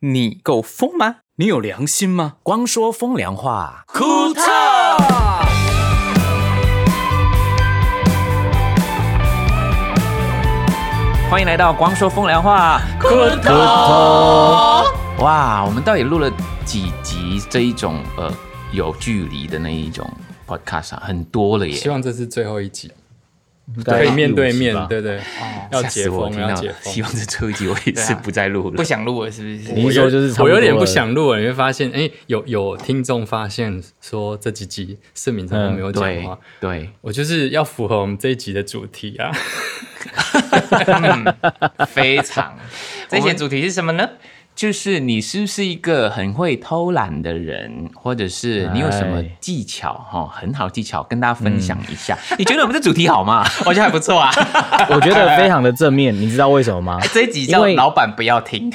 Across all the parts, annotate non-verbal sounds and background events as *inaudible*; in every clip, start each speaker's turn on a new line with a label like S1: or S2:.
S1: 你够疯吗？你有良心吗？
S2: 光说风凉话，
S1: 库特。
S2: 欢迎来到光说风凉话。
S1: 库
S2: 特哇，我们到底录了几集这一种呃有距离的那一种 podcast 啊？很多了耶，
S3: 希望这是最后一集，
S4: 啊
S3: 可以面对面，对对，要
S2: 吓
S3: 解
S2: 死我！
S3: 封，
S2: 听
S3: 要
S2: 到
S3: 解
S2: 希
S3: 封。啊
S2: 望这最后一集我也是不再录了。
S5: 不想录了，是不
S4: 你
S5: 是？*laughs*
S4: 一周就是差
S3: 我
S4: 多
S3: 有点不
S4: 了，
S3: 想录了，你会发现，哎，有有听众发现说这几集市民怎么没有
S2: 嗯
S3: 讲
S2: 对
S3: 话，
S2: 对，
S3: 我就是要符合我们这一集的主题啊。
S5: 嗯非
S4: *laughs*
S5: 常。这些主题是什么呢？
S2: 就是你是不是一个很会偷懒的人，或者是你有什么
S4: 哎
S2: 技巧哈、很好技巧跟大家分享一下。 *laughs* 你觉得我们这主题好吗？
S5: 嗯 *laughs* 我觉得还不错啊。
S4: *laughs* 我觉得非常的正面，你知道为什么吗？
S5: 这一集
S4: 因
S5: 叫
S4: 为
S5: 老板不要听，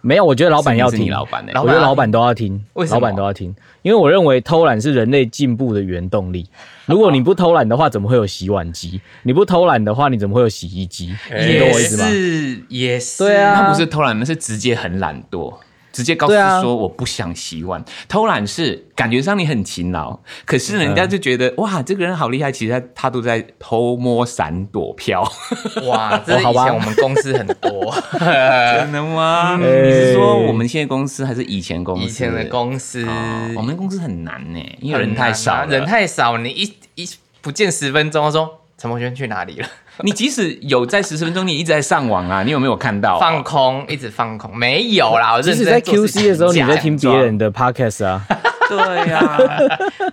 S4: 没有，我觉得老板要
S2: 是你
S4: 听，
S2: 是你老板欸
S4: 我觉得老板都要听，
S5: 为什么
S4: 老板都要听，因为我认为偷懒是人类进步的原动力。如果你不偷懒的话，怎么会有洗碗机？你不偷懒的话，你怎么会有洗衣机？哎你懂
S5: 也
S4: 我意思吗？
S5: 是也是。
S4: 对
S2: *laughs*
S4: 啊
S2: 那不是偷懒，那是直接很懒惰，直接告诉
S4: 对啊
S2: 说我不想洗碗。偷懒是感觉上你很勤劳，可是人家
S5: 嗯
S2: 就觉得、哇，这个人好厉害，其实他他都在偷摸闪躲飘。
S4: *laughs*
S5: 哇，这是
S4: 哦好
S5: 以
S4: 吧
S5: 前我们公司很
S4: *laughs*
S5: 多，
S2: 真的 *laughs* 吗？嗯你
S4: 哎
S2: 是说我们现在公司还是以前公司？
S5: 以前的公司
S2: 哦，我们公司很难呢，因为
S5: 很
S2: 人太
S5: 难
S2: 少
S5: 啊
S2: 了，
S5: 人太少，你一一不见十分钟，说陈柏轩去哪里了？
S4: 哦
S2: 你即使有在十分钟，你一直在上网啊，你有没有看到、
S5: 放空，一直放空，没有啦。我
S4: 即
S5: 认
S4: 使
S5: 真
S4: 在
S5: 做事
S4: QC 的时候，你
S5: 情
S4: 在听别人的 podcast 啊，
S2: 对 *laughs* 呀、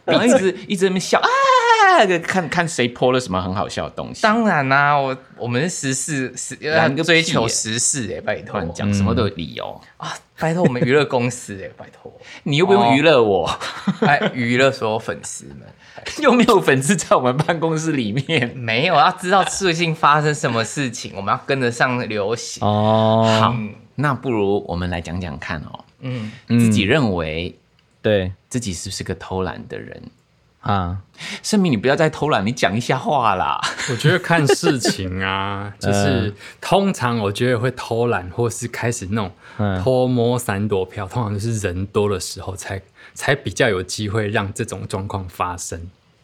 S2: 然后一直一直在那边笑啊，看看谁泼了什么很好笑的东西。
S5: 当然啦、我我们是时事时
S2: 懒个屁
S5: 追求
S2: 耶
S5: 时事哎、拜托
S2: 乱讲什么都有理由，
S5: 啊，拜托我们娱乐公司哎、拜托，
S2: 你又不用娱乐我，
S5: 哎，娱乐所有粉丝们，
S2: *laughs* 又没有粉丝在我们办公室里面。
S5: 没有要知道最近发生什么事情，我们要跟得上流行。
S4: 哦，
S2: 好，那不如我们来讲讲看哦，
S5: 嗯，
S2: 自己认为
S4: 对
S2: 自己是不是个偷懒的人？
S4: 啊，
S2: 盛明，你不要再偷懒，你讲一下话啦。
S3: 我觉得看事情啊，就是通常我觉得会偷懒，或是开始那种
S4: 嗯
S3: 偷摸闪躲飘，通常就是人多的时候才才比较有机会让这种状况发生。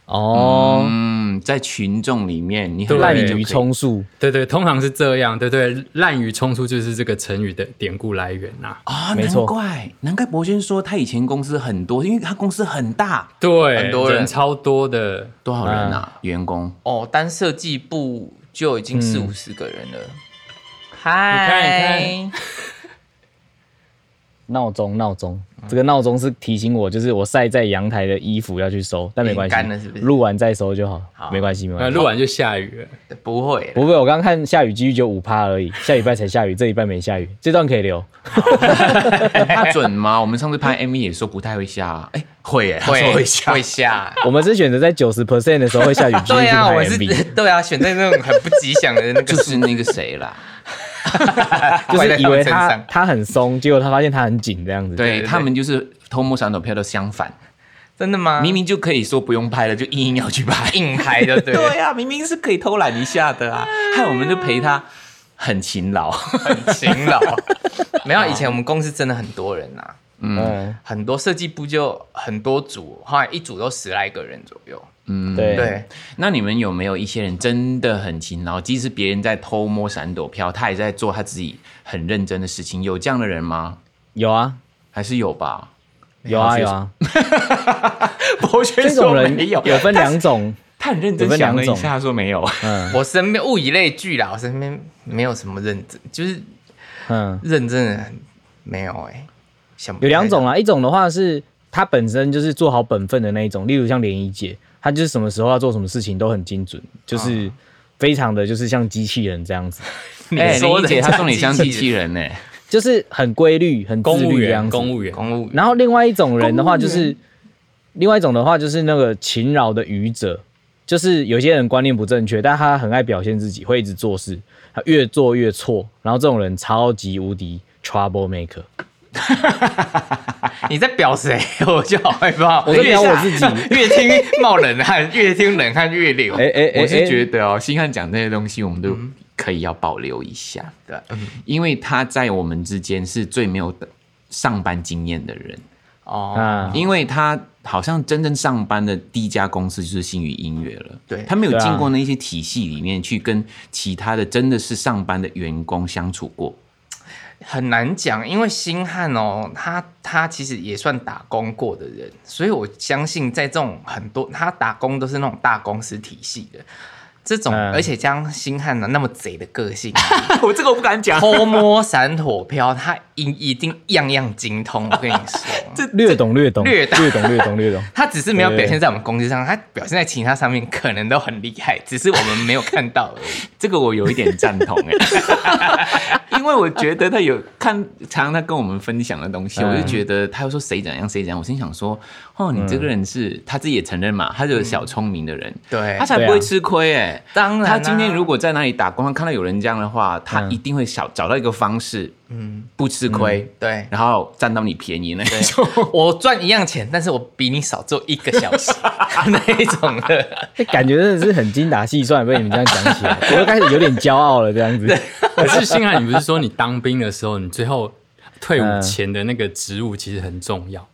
S4: 哦，
S2: 嗯，啊在群众里面，你很
S3: 对
S2: 容
S4: 滥
S2: 易就可以
S4: 竽充数，
S3: 对对，通常是这样，对对，滥竽充数就是这个成语的典故来源呐、
S2: 啊、
S4: 没
S2: 难
S4: 错
S2: 怪难怪博轩说他以前公司很多，因为他公司很大，
S3: 对，
S5: 很多人
S3: 人超多的，
S2: 多少人啊？员 *laughs* 工
S5: 哦，单设计部就已经四五十个人了。
S3: 看
S5: 嗨
S3: 你，
S4: 闹钟闹钟，这个闹钟是提醒我，就是我晒在阳台的衣服要去收，但没关
S5: 干了是不
S4: 系，
S5: 是
S4: 录完再收就
S5: 好
S4: 好，没关系没关
S3: 呃，
S4: 系。
S3: 录完就下雨了。
S5: 不会啦，
S4: 不会，我刚刚看下雨几率就五趴而已，下礼拜才下雨，这礼拜没下雨，这段可以留。
S2: 他准吗？我们上次 *laughs* 拍 MV 也说不太会下啊，哎、会耶，他说
S5: 会
S2: 会下，
S5: 会下。
S4: 我们是选择在九十 percent 的时候会下雨几率
S5: *laughs* 对
S4: 去
S5: 啊，我
S4: 拍
S5: 们是
S4: MV，
S5: *laughs* 对啊，选在那种很不吉祥的那
S2: *laughs*
S5: 个
S2: 就是那个谁啦，
S4: 就
S5: 怪在
S4: 是以
S5: 他们
S4: 为
S5: 身
S4: 他
S5: 上
S4: 他很松，结果他发现他很紧这样
S2: *laughs*
S4: 子。
S2: 对他们就是偷摸闪躲票的相反，
S5: 真的吗？
S2: 明明就可以说不用拍了，就硬 *laughs* 硬要去拍。
S5: 硬拍的，对了，
S2: *laughs* 对啊，明明是可以偷懒一下的 *laughs* 啊，害我们就陪他很勤劳。 *laughs*
S5: 很勤劳。没有，以前我们公司真的很多人呐、
S4: 嗯，
S5: 很多设计部就很多组，后来一组都十来个人左右。
S2: 嗯，
S4: 对
S5: 对，
S2: 那你们有没有一些人真的很勤劳，即使别人在偷摸闪躲飘，他也在做他自己很认真的事情？有这样的人吗？
S4: 有啊
S2: 还是有吧？
S4: 有啊
S2: 哎
S4: 有啊，
S2: 博轩
S4: 这种
S2: 说
S4: 人
S2: 没有，
S4: 有分两种，
S2: 他很认真想了一下，他说没有。
S4: 嗯
S5: 我身边物以类聚啦，我身边没有什么认真，就是
S4: 嗯，
S5: 认真的人没有哎、想不
S4: 有两
S5: 太
S4: 种啊
S5: 到
S4: 啦，一种的话是他本身就是做好本分的那一种，例如像联谊姐，她就是什么时候要做什么事情都很精准，就是非常的就是像机器人这样子，
S2: *laughs* 哎，
S5: 说
S2: 林
S5: 人
S2: 姐，
S5: 家
S2: 他说你像机
S5: 机器
S2: 器人呢，
S4: 就是很规律、很自
S3: 公务
S4: 律这样
S3: 员，
S4: 子。
S3: 公务 *laughs* 员，
S5: 公务员
S4: 然后另外一种人的话，就是另外一种的话，就是那个勤劳的愚者，就是有些人观念不正确，但他很爱表现自己，会一直做事，他越做越错，然后这种人超级无敌 trouble maker。
S5: 你在表谁？ *laughs* 我就好害怕。
S4: 我在表我自己
S5: *laughs* 越下越听冒冷汗，越听冷汗越流。哦
S4: *laughs* 哎哎哎，
S2: 我是觉
S4: 得
S2: 得哦，星汉讲这些东西，我们都可以要保留一下，
S5: 对，
S2: 因为他在我们之间是最没有上班经验的人，
S5: 哦，
S4: 啊，
S2: 因为他好像真正上班的第一家公司就是星宇音乐了，
S5: 对
S2: 他没有
S4: 对啊
S2: 进过那些体系里面去跟其他的真的是上班的员工相处过，
S5: 很难讲，因为星汉哦，他他其实也算打工过的人，所以我相信在这种很多他打工都是那种大公司体系的。这种，
S4: 嗯
S5: 而且像星汉呢那么贼的个性，
S2: *laughs* 我这个我不敢讲，
S5: 偷摸闪躲飘，他一一定样样精通。我跟你说，
S4: 略懂略懂
S5: 略
S4: 略
S5: 懂，
S4: 懂略懂略懂
S5: 他只是没有表现在我们公司上，他表现在其他上面可能都很厉害，只是我们没有看到而已。
S2: 这个我有一点赞同哎，因为我觉得他有看常常他跟我们分享的东西，
S4: 嗯
S2: 我就觉得他又说谁怎样谁怎样，我心想说，哦，你这个人是、他自己也承认嘛，他就是小聪明的人，
S5: 嗯对
S2: 他，才不会吃亏哎。
S5: 当然啊
S2: 他今天如果在那里打工，他看到有人这样的话，他一定会找找到一个方式
S5: 嗯，
S2: 不吃亏，
S5: 对，
S2: 然后占到你便宜那
S5: 对
S2: 种。
S5: 我赚一样钱，但是我比你少做一个小时那一种的。
S4: 这感觉真的是很精打细算，被你们这样讲
S5: *laughs*
S4: 起来，我又开始有点骄傲了，这样子。
S3: 可是星汉，你不是说你当兵的时候，你最后退伍
S4: 嗯
S3: 前的那个职务其实很重要？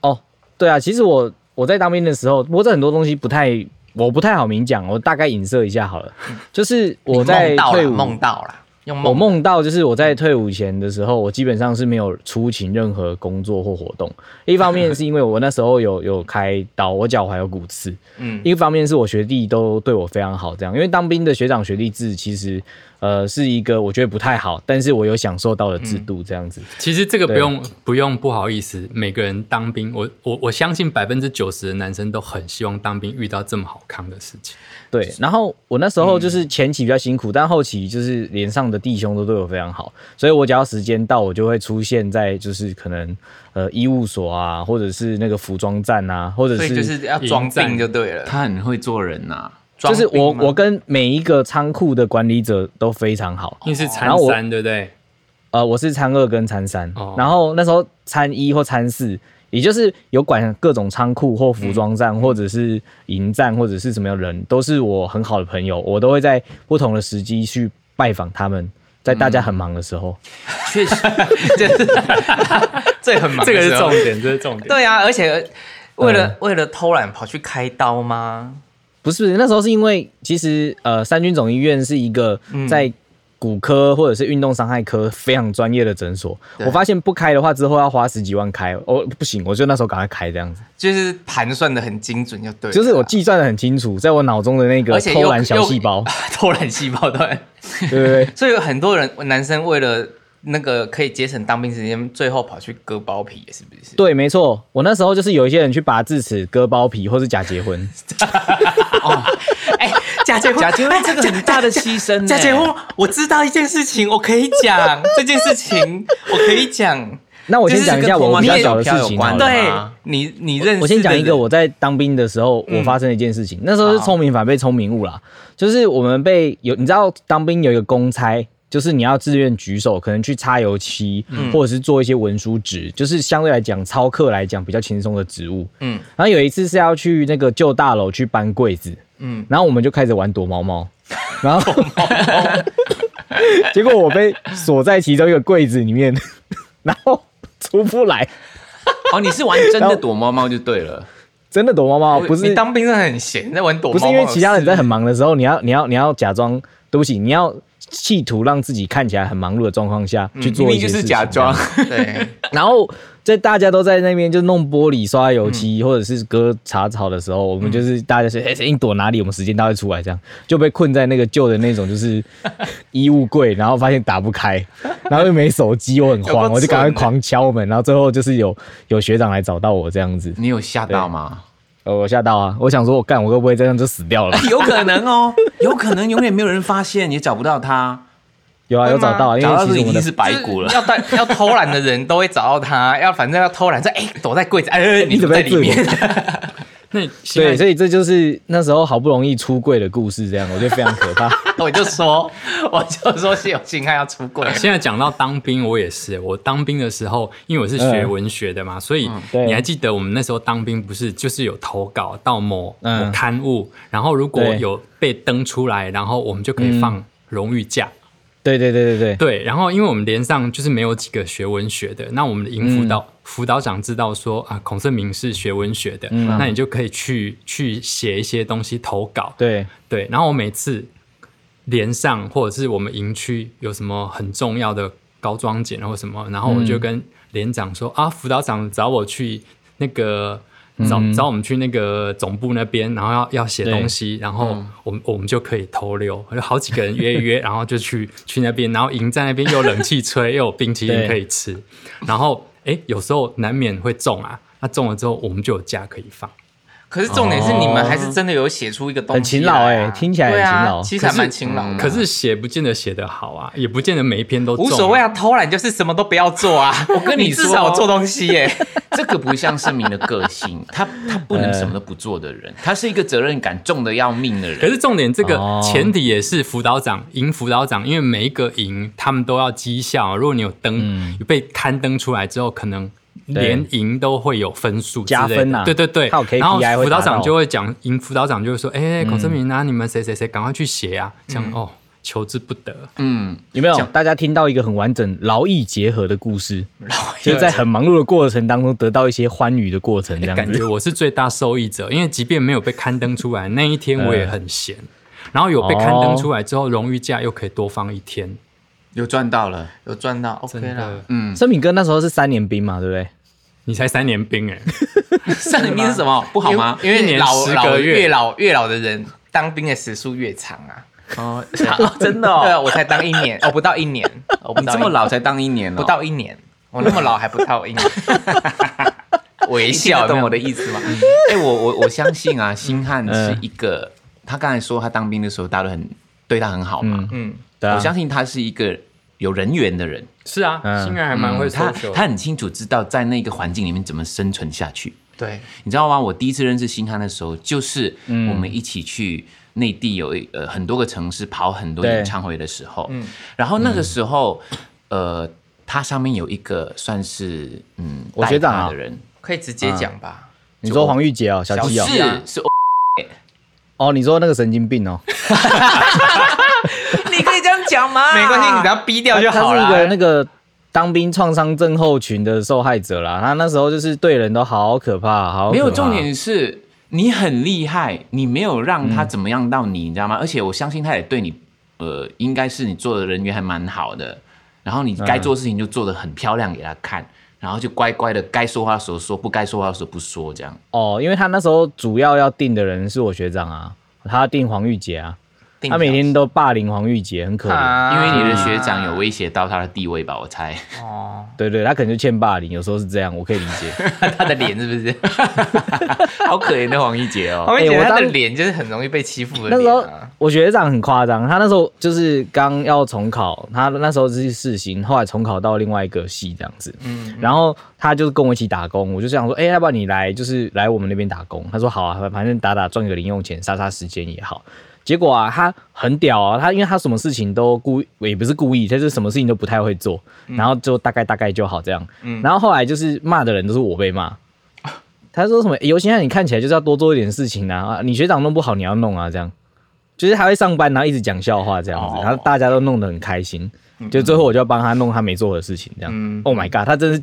S4: 哦，对啊，其实我我在当兵的时候，不过这很多东西不太，我不太好明讲，我大概影射一下好了。就是我在
S5: 你梦到
S4: 退
S5: 了，
S4: 伍，
S5: 梦到了，用梦
S4: 我
S5: 嗯
S4: 梦到就是我在退伍前的时候，我基本上是没有出勤任何工作或活动。一方面是因为我那时候有有开刀，我脚踝有骨刺，
S5: 嗯
S4: 一方面是我学弟都对我非常好，这样，因为当兵的学长学弟制其实呃是一个我觉得不太好，但是我有享受到的
S5: 嗯
S4: 制度这样子。
S3: 其实这个不用不用不好意思，每个人当兵，我我我相信百分之九十的男生都很希望当兵遇到这么好康的事情。
S4: 对，然后我那时
S5: 嗯
S4: 候就是前期比较辛苦，但后期就是连上的弟兄都对我非常好，所以我只要时间到，我就会出现在就是可能呃医务所啊，或者是那个服装站啊，或者
S5: 所以就是是要装
S3: 迎
S5: 病
S3: 战
S5: 就对了。
S2: *laughs* 他很会做人呐、
S4: 就
S5: 装
S4: 是我
S5: 病吗
S4: 我跟每一个仓库的管理者都非常好，
S3: 因为是
S4: 然
S3: 参
S4: 后我
S3: 三，对不对？
S4: 呃，我是参二跟参三，
S3: 哦
S4: 然后那时候参一或参四，也就是有管各种仓库或服装站，或者是营站，或者是什么样的人，都是我很好的朋友，我都会在不同的时机去拜访他们，在大家很忙的时候，
S2: 确实，
S5: 就是这很忙，
S3: *laughs* 这个是重。 *laughs* 点，这是重点。
S5: 对啊，而且为了、为了偷懒跑去开刀吗？
S4: 不是不是，那时候是因为其实呃，三军总医院是一个在骨科或者是运动伤害科非常专业的诊所，
S5: 对
S4: 我发现不开的话之后要花十几万开，哦不行，我就那时候赶快开这样子，
S5: 就是盘算的很精准，就对了。啊
S4: 就是我计算的很清楚，在我脑中的那个
S5: 而且又 *laughs*
S4: 偷懒小细胞，
S5: 偷懒细胞对。
S4: *laughs* 对不对？
S5: 所以有很多人男生为了那个可以节省当兵时间，最后跑去割包皮，是不是？
S4: 对，没错，我那时候就是有一些人去拔智齿、割包皮或是假结婚，
S5: 哎，假结婚，
S2: 贾结婚这个很大的牺牲、欸，
S5: 假结婚，我知道一件事情，我可以讲这件事情，我可以讲。
S4: 那我先
S5: 就是
S4: 讲一
S5: 跟
S4: 下
S5: 同
S4: 我
S5: 盟
S4: 比较
S5: 面
S4: 小的事
S2: 有
S4: 情
S2: 关
S4: 好了。
S2: 的
S5: 对
S2: 吗
S5: 你，你认识
S4: 我先讲
S5: 的
S4: 一个
S5: 人嗯
S4: 我在当兵的时候我发生的一件事情，那时候是聪明反被聪明误啦，就是我们被有你知道当兵有一个公差。就是你要自愿举手，可能去擦油漆，
S5: 嗯
S4: 或者是做一些文书职，就是相对来讲操课来讲比较轻松的职务。
S5: 嗯
S4: 嗯，然后有一次是要去那个旧大楼去搬柜子，
S5: 嗯
S4: 嗯，然后我们就开始玩躲
S5: *laughs*
S4: 猫猫，然后 *laughs* 结果我被锁在其中一个柜子里面， *laughs* 然后出不来，
S2: 哦，你是玩真的躲猫猫就对了。
S4: 真的躲猫猫，不是
S5: 你当兵真的很闲，在玩躲
S4: 不
S5: 猫猫。
S4: 是因为其他人在很忙的时候，你要你要你要假装，对不起，你要企图让自己看起来很忙碌的状况下、去做
S2: 明
S4: 一
S2: 明
S4: 些
S2: 就
S4: 事情
S2: 是假装，
S4: *laughs*
S5: 嗯对，
S4: 然后在大家都在那边就弄玻璃、刷油漆、或者是割茶草的时候，我们就是大家说，哎、谁你躲哪里？我们时间到会出来，这样就被困在那个旧的那种就是 *laughs* 衣物柜，然后发现打不开，然后又没手机，我很
S5: 有够
S4: *laughs* 慌，我就赶快
S5: 蠢的
S4: 狂敲门，然后最后就是有有学长来找到我这样子，
S2: *laughs* 你有吓到吗？
S4: 呃，我吓到啊，我想说我干，我会不会这样就死掉了？
S2: 有可能哦，有可能永远没有人发现，也找不到他，
S4: 有啊，
S5: 会
S4: 有找
S5: 吗
S4: 到啊，因
S2: 找
S4: 为
S2: 到
S4: 其
S2: 的
S4: 实我
S2: 已
S4: 们
S2: 经
S4: 的
S2: 是白骨了
S5: 就是。要带要偷懒的人都会找到他，要反正要偷懒，说哎、躲在柜子，哎、你
S4: *laughs* 你
S5: 躲
S4: 怎么
S5: 在
S4: 在
S5: 里面？ *laughs*
S3: 那你现
S4: 对，
S3: 在
S4: 所以这就是那时候好不容易出柜的故事，这样我觉得非常可怕。 *laughs*
S5: 我就说，我就说是有心汉要出柜，
S3: *laughs* 现在讲到当兵，我也是。我当兵的时候，因为我是学
S4: 嗯
S3: 文学的嘛，所以
S4: 对
S3: 你还记得我们那时候当兵不是就是有投稿到某、
S4: 嗯
S3: 某刊物，然后如果
S4: 对嗯
S3: 有被登出来，然后我们就可以放荣誉假。
S4: 对对对对对，
S3: 对，然后因为我们连上就是没有几个学文学的，那我们的营辅导、
S4: 嗯
S3: 辅导长知道说啊，孔圣明是学文学
S4: 嗯
S3: 的，那你就可以去去写一些东西投稿。
S4: 对，
S3: 对，然后我每次连上或者是我们营区有什么很重要的高装检或什么，然后我就跟连长说、啊，辅导长找我去那个。找找我们去那个总部那边，然后要要写东西，然后我们、我们就可以偷溜，有好几个人约一约， *laughs* 然后就去去那边，然后营在那边又有冷气吹，又有冰淇淋可以吃，然后哎、诶有时候难免会中啊，那中了之后我们就有假可以放。
S5: 可是重点是你们还是真的有写出一个东西、
S4: 很勤劳
S5: 哎、
S4: 欸听起来很勤劳
S5: 对啊，其实还蛮勤劳的。
S3: 可是嗯写不见得写得好啊，也不见得每一篇都中
S5: 无
S3: 啊
S5: 所谓啊，偷懒就是什么都不要做啊。我
S2: 跟你
S5: 你至
S2: 说
S5: 少有做东西耶、
S2: 这 *laughs* 个不像盛明的个性，他他不
S4: 呃
S2: 能什么都不做的人，他是一个责任感重的要命的人。
S3: 可是重点，这个
S4: 哦
S3: 前提也是辅导长营辅导长，因为每一个营他们都要绩效，啊如果你有登、
S4: 嗯
S3: 有被刊登出来之后，可能连营都会有分数之类的
S4: 加分啊
S3: 对对对
S4: 靠，KPI
S3: 然后
S4: 会达到嗯
S3: 辅导长就会讲，营辅导长就会说，哎、孔正明啊，你们谁谁谁赶快去写啊，这样、哦，求之不得。
S2: 嗯，
S4: 有没有？大家听到一个很完整劳逸结合的故事，
S5: 结
S4: 就
S5: 合
S4: 是在很忙碌的过程当中得到一些欢愉的过程，这样
S3: 哎感觉
S4: 子。
S3: 我是最大受益者，因为即便没有被刊登出来，那一天我也很闲。然后有被刊登出来之后，荣誉假又可以多放一天，
S2: 有赚到了，
S5: 有赚到，OK
S3: 真的
S5: 啦。。
S2: 嗯，
S4: 生敏哥那时候是三年兵嘛，对不对？
S3: 你才三年兵哎、
S2: *laughs* 上里面是什 *laughs* 么不好吗？
S5: 因为
S3: 一
S5: 因为
S3: 年
S5: 老
S3: 十个
S5: 老
S3: 月
S5: 越老越老的人，当兵的时数越长啊。
S2: 哦，
S5: 真的、 *laughs* 对啊，我才当一年，哦，不到一年，哦，不
S2: 你
S5: 到
S2: 这
S5: 一
S2: 么老才当一年哦，
S5: 不到一年，我那么老还不到 *laughs* 一年。微笑，
S2: 你听得懂我的
S5: 意思吗？
S2: *laughs* 哎、我我我相信啊，星汉是
S4: 嗯
S2: 一个，他刚才说他当兵的时候，大家都很对他很好嘛
S4: 嗯，
S5: 嗯，
S4: 对啊
S2: 我，相信他是一个有人缘的人，
S3: 是啊，
S4: 嗯
S3: 新人还蛮会 s
S2: 他
S3: o
S2: 他很清楚知道在那个环境里面怎么生存下去，
S5: 对，
S2: 你知道吗？我第一次认识星汉的时候，就是
S4: 嗯
S2: 我们一起去内地有一呃很多个城市跑很多
S4: 对嗯
S2: 演唱会的时候，然后那个时候，呃，他上面有一个算是嗯
S4: 我学长啊
S2: 带他的人，
S5: 可以直接讲吧。
S4: 你说黄玉洁哦，小七哦，
S2: 是
S5: 啊
S2: 是
S4: 哦，你说那个神经病哦，
S5: 你可以这样讲吗？嗯 *laughs* 没关系，你只要逼掉就好
S4: 他是一
S5: 了。
S4: 个那个当兵创伤症候群的受害者啦。他那时候就是对人都好可怕，好可怕啊
S2: 没有重点是你很厉害，你没有让他怎么样到你，你知道吗？
S4: 嗯
S2: 而且我相信他也对你，呃，应该是你做的人缘还蛮好的，然后你
S4: 嗯
S2: 该做的事情就做的很漂亮给他看，然后就乖乖的该说话的时候说，不该说话的时候不说，这样。
S4: 哦，因为他那时候主要要定的人是我学长啊，他定黄玉洁啊，
S5: 定
S4: 他每天都霸凌黄玉洁，很可怜。
S5: 啊
S2: 因为你的学长有威胁到他的地位吧，我 *laughs* 猜。
S5: 哦，
S4: 对对，他可能就欠霸凌，有时候是这样，我可以理解。
S5: 他的脸是不是？
S2: 好可怜的黄奕杰 *laughs* 哦。
S5: *laughs* 我觉
S4: 哎
S5: 得
S4: 我
S5: 他的
S4: 当
S5: 脸就是很容易被欺负的
S4: 那时
S5: 脸
S4: 候
S5: 啊。
S4: 我学长很夸张，他那时候就是刚要重考，他那时候是试行，后来重考到另外一个系这样子。嗯，然后他就是跟我一起打工，我就想说，哎、要不然你来，就是来我们那边打工。他说好啊，反正打打赚个零用钱，杀杀时间也好。结果啊，他很屌啊，他因为他什么事情都故意，也不是故意，他就是什么事情都不太会做，然后就大概大概就好这样。然后后来就是骂的人都是我被 *laughs* 骂。他说什么？尤其在你看起来就是要多做一点事情啊！啊你学长弄不好你要弄啊，这样。就是他会上班，然后一直讲笑话这样子，
S5: 哦
S4: 然后大家都弄得很开心。
S5: 嗯
S4: 就最后我就要帮他弄他没做的事情，这样。oh my god，他真是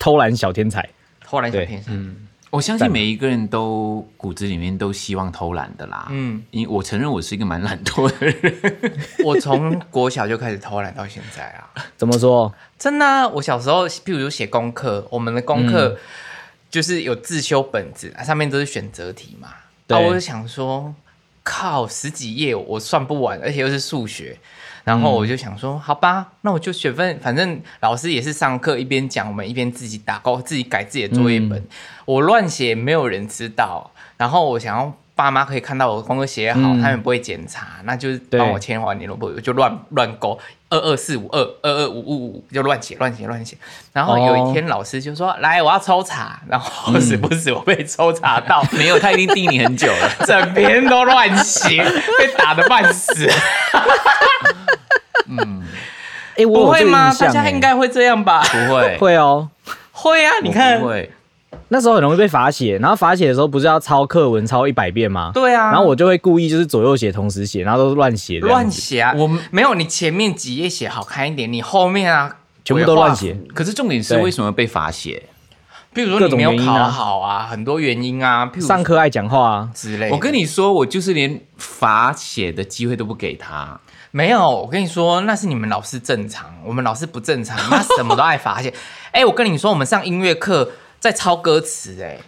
S4: 偷懒小天才。
S5: 后来小天使，
S2: 我相信每一个人都骨子里面都希望偷懒的啦。嗯
S5: 嗯，
S2: 因为我承认我是一个蛮懒惰的人。
S5: 我从国小就开始偷懒到现在啊。
S4: 怎么说？
S5: 真的、啊，我小时候，譬如写功课，我们的功课就是有自修本子，啊上面都是选择题嘛。
S4: 对
S5: 啊，我就想说，靠，十几页我算不完，而且又是数学。然后我就想说，好吧，那我就学分，反正老师也是上课一边讲，我们一边自己打勾，自己改自己的作业本。我乱写，没有人知道。然后我想要爸妈可以看到我功课写好，他们不会检查，那就是帮我
S4: 对
S5: 签完联络簿，我就乱乱勾二二四五二二二五五五，就乱写乱写乱写。然后有一天老师就说：“来，我要抽查。”然后时不时我被抽查 *laughs* 到，
S2: *laughs* 没有，他一定盯你很久了。 *laughs*
S5: 整篇都乱写，被打的半死。*laughs*
S4: 哎、我
S5: 不
S4: 有
S5: 会
S4: 这个
S5: 吗？
S4: 印
S5: 大
S4: 象、
S5: 家
S2: *laughs*
S4: 欸。
S5: 应该会这样吧？
S2: 不会，
S4: 会哦。
S5: 会啊！你看
S2: 不，会。
S4: 那时候很容易被罚写，然后罚写的时候不是要抄课文抄一百遍吗？
S5: 对啊，
S4: 然后我就会故意就是左右写同时写，然后都是乱写这样子，
S5: 乱写啊，
S2: 我
S5: 我没有你前面几页写好看一点，你后面啊
S4: 全部都乱写
S5: 鬼画符
S2: 可是重点是
S4: 对
S2: 为什么被罚写？
S5: 比如说
S4: 各
S5: 你
S4: 种
S5: 没有
S4: 原因
S5: 考
S4: 啊
S5: 好啊，很多原因啊，譬如
S4: 上课爱讲话啊，
S5: 之类的。
S2: 我跟你说，我就是连罚写的机会都不给他。
S5: 没有，我跟你说，那是你们老师正常，我们老师不正常，他什么都爱罚写。哎、我跟你说，我们上音乐课在抄歌词、哎，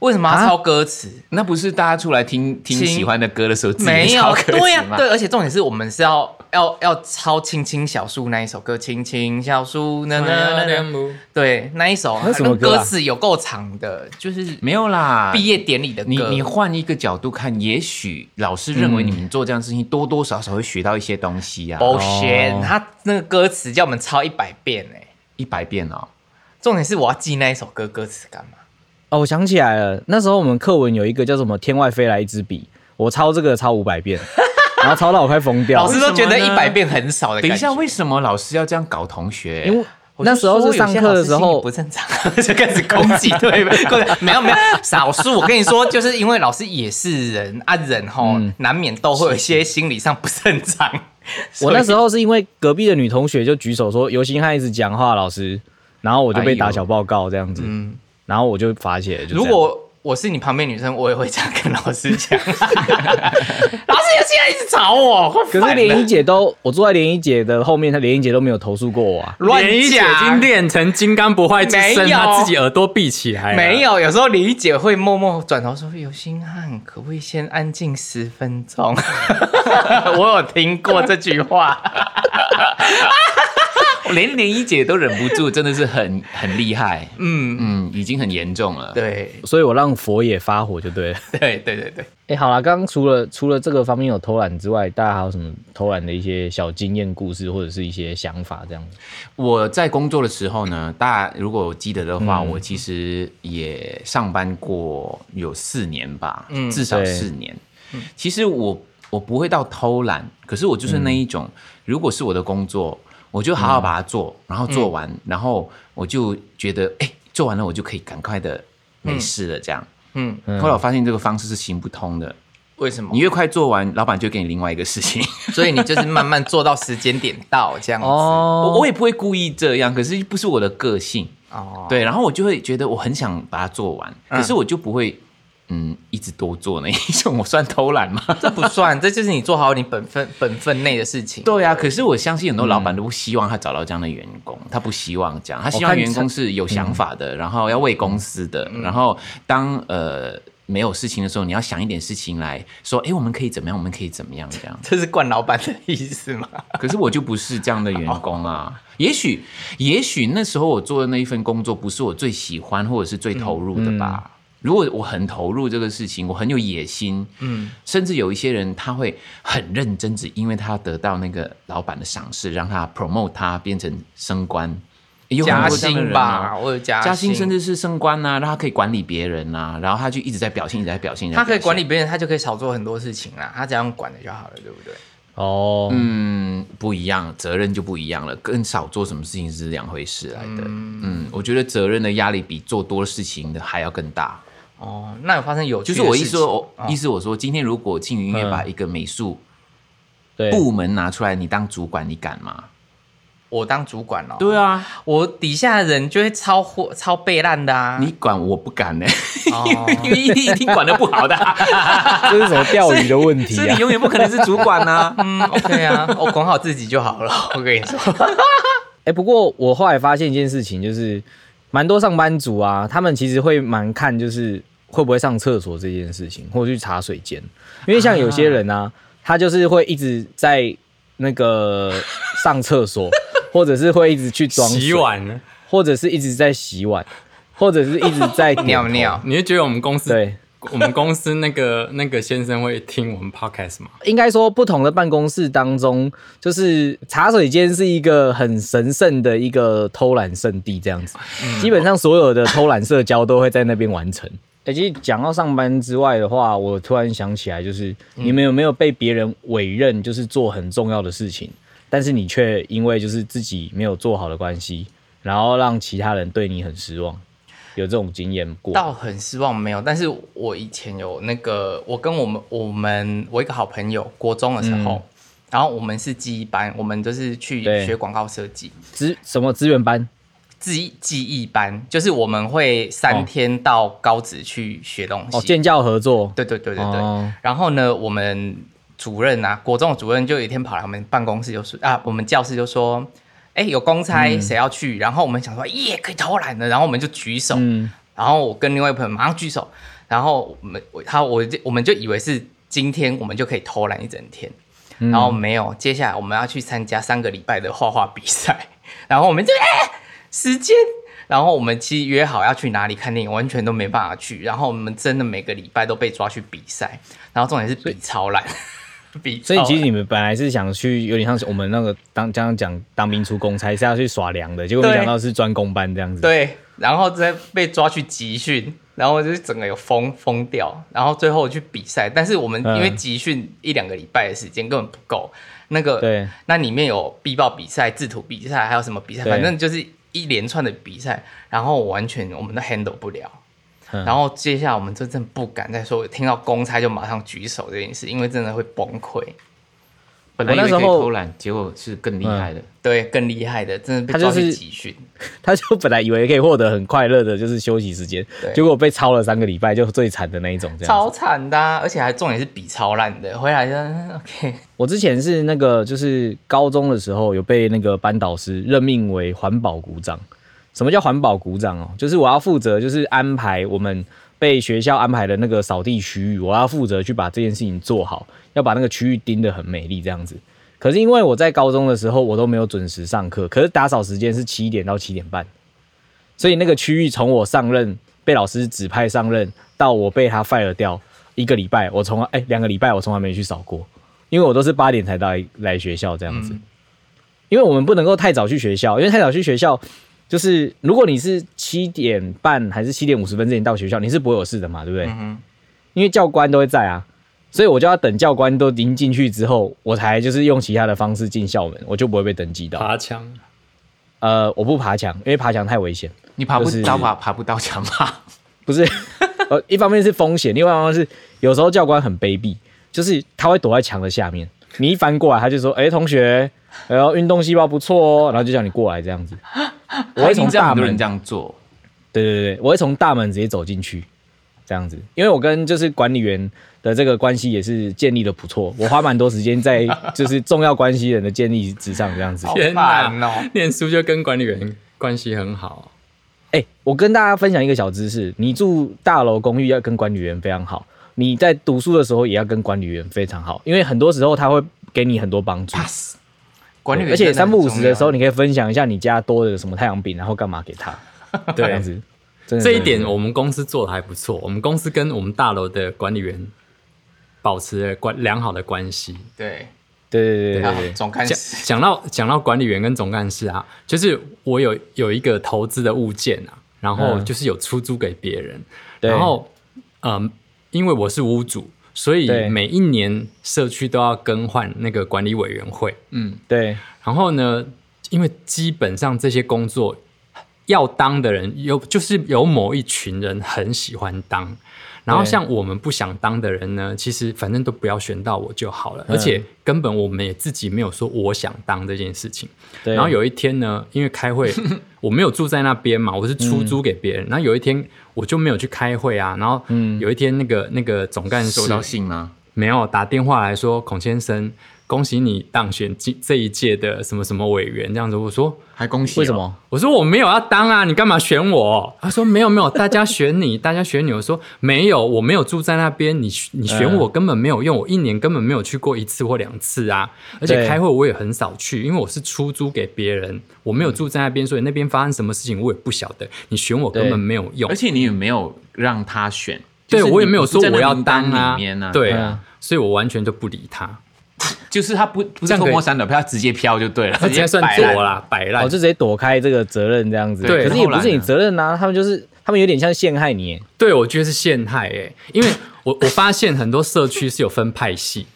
S5: 为什么要抄歌词？
S2: 那不是大家出来听听
S5: 亲
S2: 喜欢的歌的时候自己
S5: 没有
S2: 抄，歌
S5: 对呀、
S2: 词吗？
S5: 对，而且重点是我们是要要要抄《青青小树》那一首歌，《青青小树》那那那那，对，那一首，
S4: 那什么歌啊
S5: 歌词有够长的，就是
S2: 没有啦，
S5: 毕业典礼的歌。
S2: 你你换一个角度看，也许老师认为你们做这样的事情、多多少少会学到一些东西啊。
S4: 哦
S5: bullshit，、他那个歌词叫我们抄一百遍、哎，
S2: 一百遍哦，
S5: 重点是我要记那一首歌歌词干嘛？
S4: 哦，我想起来了，那时候我们课文有一个叫什么“天外飞来一支笔”，我抄这个抄五
S5: *laughs*
S4: 百遍，然后抄到我快疯掉。
S5: 老师都觉得
S2: 为什
S5: 一
S2: 么呢
S5: 百遍很少的
S2: 等
S5: 感觉。
S2: 一下，为什么老师要这样搞同学？
S4: 因为
S5: 我就
S4: 那时候是上课的
S5: 说有些老
S4: 时
S5: 师心
S4: 候
S5: 里不，正常， *laughs* 就开始攻击对方。攻击没有没有，少数。我跟你说，就是因为老师也是人啊，人吼、
S4: 嗯
S5: 难免都会有一些心理上不正常。
S4: 我那时
S5: 候
S4: *laughs* 候是因为隔壁的女同学就举手说尤星汉一直讲话，老师，然后我就被打小报告这样子，然后我就罚写。就这
S5: 如
S4: 样
S5: 果我是你旁边女生，我也会这样跟老师 *laughs* 讲。老师现在一直吵我，快
S4: 可是
S5: 烦
S4: 连
S5: 了
S4: 英姐都，我坐在连英姐的后面，她连英姐都没有投诉过我啊。
S5: 乱
S3: 连一姐已经
S5: 讲。
S3: 练成金刚不坏之身，
S5: 没有
S3: 她自己耳朵闭起来了。
S5: 没有，有时候李姐会默默转头说：“有星汉，可不可以先安静十分钟？” *laughs* 我有听过这句话。
S2: 连连一姐都忍不住，真的是很很厉害。
S5: 嗯，
S2: 嗯，已经很严重了。
S5: *laughs* 对
S4: 所以我让佛也发火就对 *laughs* 了。
S5: 对对对对，
S4: 哎、好啦，刚刚除了除了这个方面有偷懒之外，大家还有什么偷懒的一些小经验故事，或者是一些想法这样子？
S2: 我在工作的时候呢，大家如果我记得的话，我其实也上班过有四年吧，
S5: 嗯
S2: 至少
S4: 对
S2: 四年。其实我我不会到偷懒，可是我就是那一种，如果是我的工作，我就好好把它做，然后做完，然后我就觉得，哎、做完了我就可以赶快的没事了这样。
S5: 嗯，
S4: 嗯
S2: 后来我发现这个方式是行不通的，
S5: 为什么
S2: 你？越快做完，老板就给你另外一个事情。
S5: 所以你就是慢慢做到时间点到这样子。哦
S2: 我我也不会故意这样，可是不是我的个性。
S5: 哦，
S2: 对，然后我就会觉得我很想把它做完，可是我就不会嗯一直多做那一种，我算偷懒吗？ *laughs*
S5: 这不算，这就是你做好你本分本分内的事情。
S2: 对啊，可是我相信很多老板都不希望他找到这样的员工，他不希望这样，他希望
S4: 看
S2: 员工是有想法的，然后要为公司的，然后当呃。没有事情的时候，你要想一点事情来说，哎，我们可以怎么样？我们可以怎么样？这样。
S5: 这是惯老板的意思吗？
S2: 可是我就不是这样的员工
S5: *laughs*
S2: 啊。也许，也许那时候我做的那一份工作不是我最喜欢或者是最投入的
S5: 嗯
S2: 吧。如果我很投入这个事情，我很有野心，嗯，甚至有一些人他会很认真，只因为他得到那个老板的赏识，让他 promote 他变成升官，有很
S5: 加
S2: 多这样的
S5: 薪
S2: 人啊
S5: 吧，。我有加
S2: 加薪甚至是升官呐、啊，让他可以管理别人呐、啊，然后他就一直在表现，一直在表现。一直在
S5: 他可
S2: 表
S5: 以
S2: 现
S5: 管理别人，他就可以少做很多事情啦。他只要用管的就好了，对不对？
S4: 哦，
S2: 嗯，不一样，责任就不一样了，跟少做什么事情是两回事来的。嗯我觉得责任的压力比做多事情的还要更大。
S5: 哦，那有发生有趣
S2: 就
S5: 的
S2: 是我意
S5: 事
S2: 思
S5: 情
S2: 说，我、
S5: 哦
S2: 意思我说，今天如果庆云音乐
S4: 嗯
S2: 把一个美术
S4: 对，
S2: 部门拿出来，你当主管，你敢吗？
S5: 我当主管了，
S2: 对啊，
S5: 我底下的人就会超火超背烂的啊。
S2: 你管我不敢呢、
S5: 哦
S2: *laughs* 因为一定管得不好的、啊，
S4: 这是什么钓鱼的问题
S2: 所以
S4: 啊
S2: 你？永远不可能是主管呐、
S5: 嗯，OK 啊， *laughs* 我管好自己就好了。 *laughs* 我跟你说，
S2: *laughs*
S4: 哎、不过我后来发现一件事情，就是蛮多上班族啊，他们其实会蛮看就是会不会上厕所这件事情，或者去茶水间，因为像有些人啊，他就是会一直在那个上厕所，或者是会一直去装水
S3: 洗，碗，
S4: 或者是一直在洗碗，或者是一直在点
S5: 尿
S4: 头
S5: 尿。
S3: 你会觉得我们公司
S4: 对，
S3: 我们公司那个那个先生会听我们 podcast 吗？
S4: 应该说，不同的办公室当中，就是茶水间是一个很神圣的一个偷懒圣地，这样子。基本上所有的偷懒社交都会在那边完 *laughs* 成。哎、其实讲到上班之外的话，我突然想起来，就是你们有没有被别人委任，就是做很重要的事情，但是你却因为就是自己没有做好的关系，然后让其他人对你很失望？有这种经验过？
S5: 倒很失望没有，但是我以前有那个，我跟我们我们我一个好朋友，国中的时
S2: 嗯
S5: 候，然后我们是记忆班，我们就是去
S4: 对
S5: 学广告设计，
S4: 资什么资源班？
S5: 记记忆班，就是我们会
S4: 哦
S5: 三天到高职去学东西。
S4: 哦，建教合作。
S5: 对对对对对。
S4: 哦
S5: 然后呢，我们主任啊，国中的主任就有一天跑来我们办公室，就说啊，我们教室就说，哎，有公
S4: 嗯
S5: 差，谁要去？然后我们想说，耶，可以偷懒的，然后我们就举手。
S4: 嗯，
S5: 然后我跟另外一个朋友马上举手，然后我们我他我就我们就以为是今天我们就可以偷懒一整天，
S4: 嗯
S5: 然后没有，接下来我们要去参加三个礼拜的画画比赛， *laughs* 然后我们就哎、时间。然后我们其实约好要去哪里看电影，完全都没办法去。然后我们真的每个礼拜都被抓去比赛，然后重点是比超懒， *laughs* 比超
S4: 所
S5: 懒
S4: 以其实你们本来是想去，有点像是我们那个当刚刚讲当兵出公差是要去耍粮的，结果没
S5: 对
S4: 想到是专攻班这样子。，
S5: 对，然后再被抓去集训，然后就是整个有疯疯掉，然后最后去比赛，但是我们
S4: 嗯
S5: 因为集训一两个礼拜的时间根本不够，那个
S4: 对，
S5: 那里面有必报比赛、制图比赛，还有什么比赛，
S4: 对
S5: 反正就是一连串的比赛，然后完全我们都 handle 不了。
S4: 嗯
S5: 然后接下来我们就真的不敢再说，听到公差就马上举手这件事，因为真的会崩溃。
S2: 本来以
S4: 我那
S2: 为
S4: 时
S2: 可以
S4: 候嗯
S2: 偷懒，结果是更厉害的。
S5: 对，更厉害的，真的
S4: 他
S5: 被
S4: 就
S5: 抓去
S4: 是
S5: 集训。
S4: 他就本来以为可以获得很快乐的，就是休息时间，
S5: 对
S4: 结果被超了三个礼拜，就最惨的那一种这样子。
S5: 超惨的啊、而且还重点是比超烂的，回来就嗯 OK。
S4: 我之前是那个，就是高中的时候有被那个班导师任命为环保股长。什么叫环保股长哦？就是我要负责，就是安排我们被学校安排的那个扫地区域，我要负责去把这件事情做好，要把那个区域盯得很美丽这样子。可是因为我在高中的时候我都没有准时上课，可是打扫时间是七点到七点半，所以那个区域从我上任被老师指派上任到我被他 fire 掉一个礼拜，我从来哎两个礼拜我从来没去扫过。因为我都是八点才到来来学校这样子，
S5: 嗯
S4: 因为我们不能够太早去学校，因为太早去学校就是如果你是七点半还是七点五十分之前到学校，你是不会有事的嘛，对不对？
S5: 嗯
S4: 因为教官都会在啊，所以我就要等教官都已经进去之后，我才就是用其他的方式进校门，我就不会被登记
S5: 啊
S4: 到。
S3: 爬墙，
S4: 呃，我不爬墙，因为爬墙太危险。
S2: 你爬不
S4: 就是
S2: 到爬爬不到墙吧？*laughs*
S4: 不是，呃，一方面是风险，另外一方面是有时候教官很卑鄙，就是他会躲在墙的下面，你一翻过来，他就说：“哎、同学，然后运动细胞不错哦。”然后就叫你过来这样
S2: *gasps*
S4: 子。
S2: 我
S4: 我会
S2: 已经
S4: 从
S2: 知道
S4: 大
S2: 很多人
S4: 门
S2: 这，样做，
S4: 对对对，我会从大门直接走进去，这样子，因为我跟就是管理员的这个关系也是建立的不错，我花蛮多时间在就是重要关系人的建立之上这样子。
S5: 好
S3: 天
S5: 烦
S3: 哪
S5: 哦！
S3: 念书就跟管理员关系很好，
S4: 哎、我跟大家分享一个小知识：你住大楼公寓要跟管理员非常好，你在读书的时候也要跟管理员非常好，因为很多时候他会给你很多帮助。
S5: 管理员
S4: 而且
S5: 真
S4: 三
S5: 很
S4: 不五时的
S5: 重要
S4: 时候，你可以分享一下你家多的什么太阳饼，然后干嘛给他，这样子。真的
S3: 这一点我们公司做的还不错，我们公司跟我们大楼的管理员保持了关良好的关系。
S5: 对，啊
S4: 对对对对
S5: 然后
S4: 对对，
S5: 总干
S3: 讲
S5: 事
S3: 讲到讲到管理员跟总干事啊，就是我有有一个投资的物件啊，然后
S4: 嗯
S3: 就是有出租给别人，
S4: 对
S3: 然后嗯，因为我是屋主，所以
S4: 对
S3: 每一年社区都要更换那个管理委员会，
S2: 嗯，
S4: 对
S3: 然后呢，因为基本上这些工作要当的人有，就是有某一群人很喜欢当。然后
S4: 对
S3: 像我们不想当的人呢，其实反正都不要选到我就好
S4: 嗯
S3: 了，而且根本我们也自己没有说我想当这件事情。
S4: 对。
S3: 然后有一天呢，因为开会，
S4: *laughs*
S3: 我没有住在那边嘛，我是出租
S4: 嗯
S3: 给别人。然后有一天我就没有去开会啊，然后
S4: 嗯
S3: 有一天那个那个总干事
S2: 收到信吗？
S3: 没有打电话来说，孔先生，恭喜你当选这这一届的什么什么委员这样子。我说，
S2: 还哦恭喜、
S4: 为什？么？
S3: 我说我没有要当啊，你干嘛选我？他说没有没有，大家选你，大家选你。我说没有，我没有住在那边，你你
S2: 嗯
S3: 选我根本没有用，我一年根本没有去过一次或两次啊。而且
S4: 对
S3: 开会我也很少去，因为我是出租给别人，我没有住在那边，所以那边发生什么事情我也不晓得。你选我根
S4: 对
S3: 本没有用
S2: 而，且你也没有让他选，
S3: 对
S2: 就是
S3: 我也
S2: 你
S3: 没有
S2: 不是
S3: 说
S2: 在那
S3: 我要
S2: 名
S3: 当
S2: 单
S3: 啊
S2: 里面啊，
S3: 对
S4: 嗯
S3: 啊，所以我完全就不理他。
S2: 就是他不不
S3: 这
S2: 是
S3: 样可
S2: 偷
S3: 以
S2: 摸闪躲票，他 *laughs* 直接飘就对了，
S3: 他直接算
S2: 摆烂
S3: 左啦，摆烂
S4: 哦，就直接躲开这个责任这样子。
S2: 对
S4: 可是也不是
S2: 后来
S4: 你
S2: 呢
S4: 责任啊，他们就是他们有点像陷害你耶。
S3: 欸对，我觉得是陷害哎、因为我我发现很多社区是有分派系，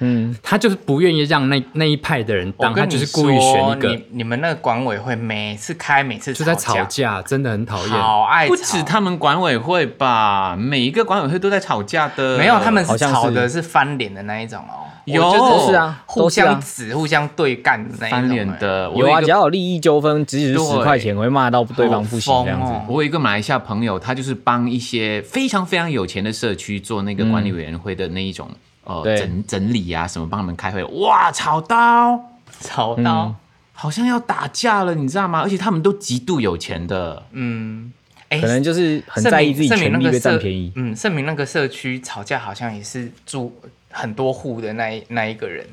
S4: 嗯，
S3: 他就是不愿意让那那一派的人
S5: 我
S3: 当，他
S5: 跟
S3: 就
S5: 你
S3: 是
S5: 说，
S3: 故意选一个
S5: 哦你，你们那个管委会每次开，每次
S3: 就在
S5: 吵
S3: 吵架，真的很讨厌。
S5: 好爱吵
S2: 不止他们管委会吧，每一个管委会都在吵架的。
S5: 没有，他们
S4: 好
S5: 是
S4: 像是
S5: 吵的是翻脸的那一种哦，
S2: 有
S5: 我就
S2: 都
S4: 是啊
S5: 互
S4: 都是啊
S5: 相指、互相对干的那一种。
S2: 翻脸
S5: 哎，
S2: 的。我
S4: 有啊，
S2: 一
S4: 只
S2: 个
S4: 要有利益纠纷，即使是十
S2: 对
S4: 块钱，我会骂到对方不行
S5: 好
S4: 这样
S5: 疯
S4: 子。
S5: 哦
S2: 我有一个马来西亚朋友，他就是帮一些非常非常有钱的社区做那个管理委员会的那一种、呃
S4: 对
S2: 整整理啊，什么帮他们开会。哇，吵到
S5: 吵到，
S2: 好像要打架了，你知道吗？而且他们都极度有钱的，
S5: 嗯，哎、
S4: 可能就是很
S5: 盛
S4: 在意
S5: 明
S4: 自己
S5: 盛明
S4: 权
S5: 那
S4: 利
S5: 个
S4: 被占
S5: 社
S4: 便宜。
S5: 嗯，盛明那个社区吵架好像也是住很多户的那一那一个人，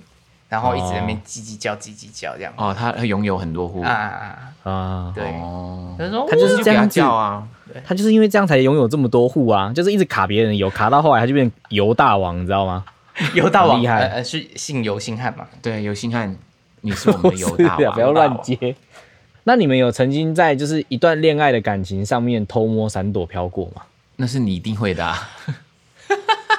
S5: 然后一直在那边
S4: 哦
S5: 叽叽叫、叽叽叫这样。
S2: 哦，他他拥有很多户
S5: 啊啊，啊
S4: 啊，
S5: 对，
S2: 哦，
S5: 他说
S4: 他就是
S2: 你
S5: *laughs*
S2: 给
S4: 这
S2: 他
S4: 样子
S2: 叫啊，
S4: 他就是因为这样才拥有这么多户啊，就是一直卡别人油，卡到后来他就变油大王，你知道 *laughs* 吗？
S5: 犹大
S4: 很
S5: 王，
S4: 厉害
S5: 呃，呃是姓尤星汉嘛？
S2: 对，有心看你是我们的
S4: 是
S2: 犹大
S4: 啊
S2: 王，
S4: *laughs* 不要乱接。那你们有曾经在就是一段恋爱的感情上面偷摸闪躲飘过吗？
S2: 那是你一定会的、啊。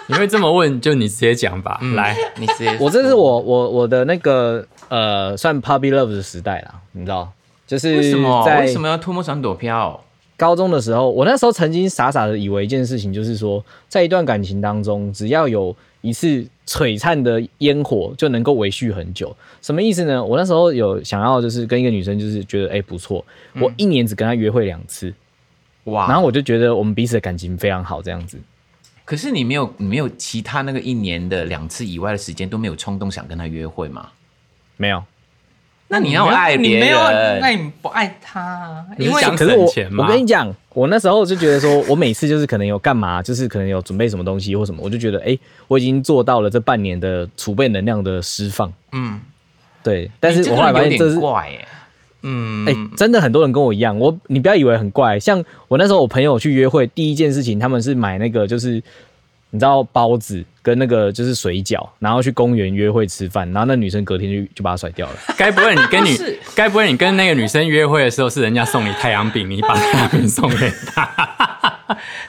S3: 你会这么问，就你直接讲吧。来，
S5: 你直
S2: 啊
S5: 接
S4: 我这是我我我的那个呃，算 puppy love 的时代啦，你知道，就是
S2: *laughs* 为什么？
S4: 在
S2: 为什么要偷摸闪躲票？
S4: 高中的时候，我那时候曾经傻傻的以为一件事情，就是说，在一段感情当中，只要有一次璀璨的烟火，就能够维续很久。什么意思呢？我那时候有想要就是跟一个女生，就是觉得哎、不错，我一年只跟她约会两次，
S2: 哇！
S4: 然后我就觉得我们彼此的感情非常好，这样子。
S2: 可是你没有你没有其他那个一年的两次以外的时间都没有冲动想跟他约会吗？
S4: 没有，
S2: 那你
S5: 你
S2: 要爱别人，
S5: 没有，那你不爱他啊，
S3: 你
S5: 因为
S3: 想
S4: 可是我
S3: 省钱吗
S4: 我跟你讲，我那时候就觉得说，我每次就是可能有干嘛，就是可能有准备什么东西或什么，我就觉得哎、我已经做到了这半年的储备能量的释放。
S5: 嗯
S4: 对，但
S2: 你
S4: 是
S2: 这
S4: 我
S2: 个
S4: 后来
S2: 人
S4: 发
S2: 有
S4: 现这
S2: 点
S4: 是
S2: 怪欸耶、
S5: 嗯，
S4: 哎、真的很多人跟我一样，我你不要以为很怪，像我那时候我朋友去约会，第一件事情他们是买那个就是你知道包子跟那个就是水饺，然后去公园约会吃饭，然后那女生隔天就就把他甩掉了。
S3: 该不会你跟
S5: 不
S3: 你
S5: 是，
S3: 该不会你跟那个女生约会的时候是人家送你太阳饼，你把太阳饼送给她？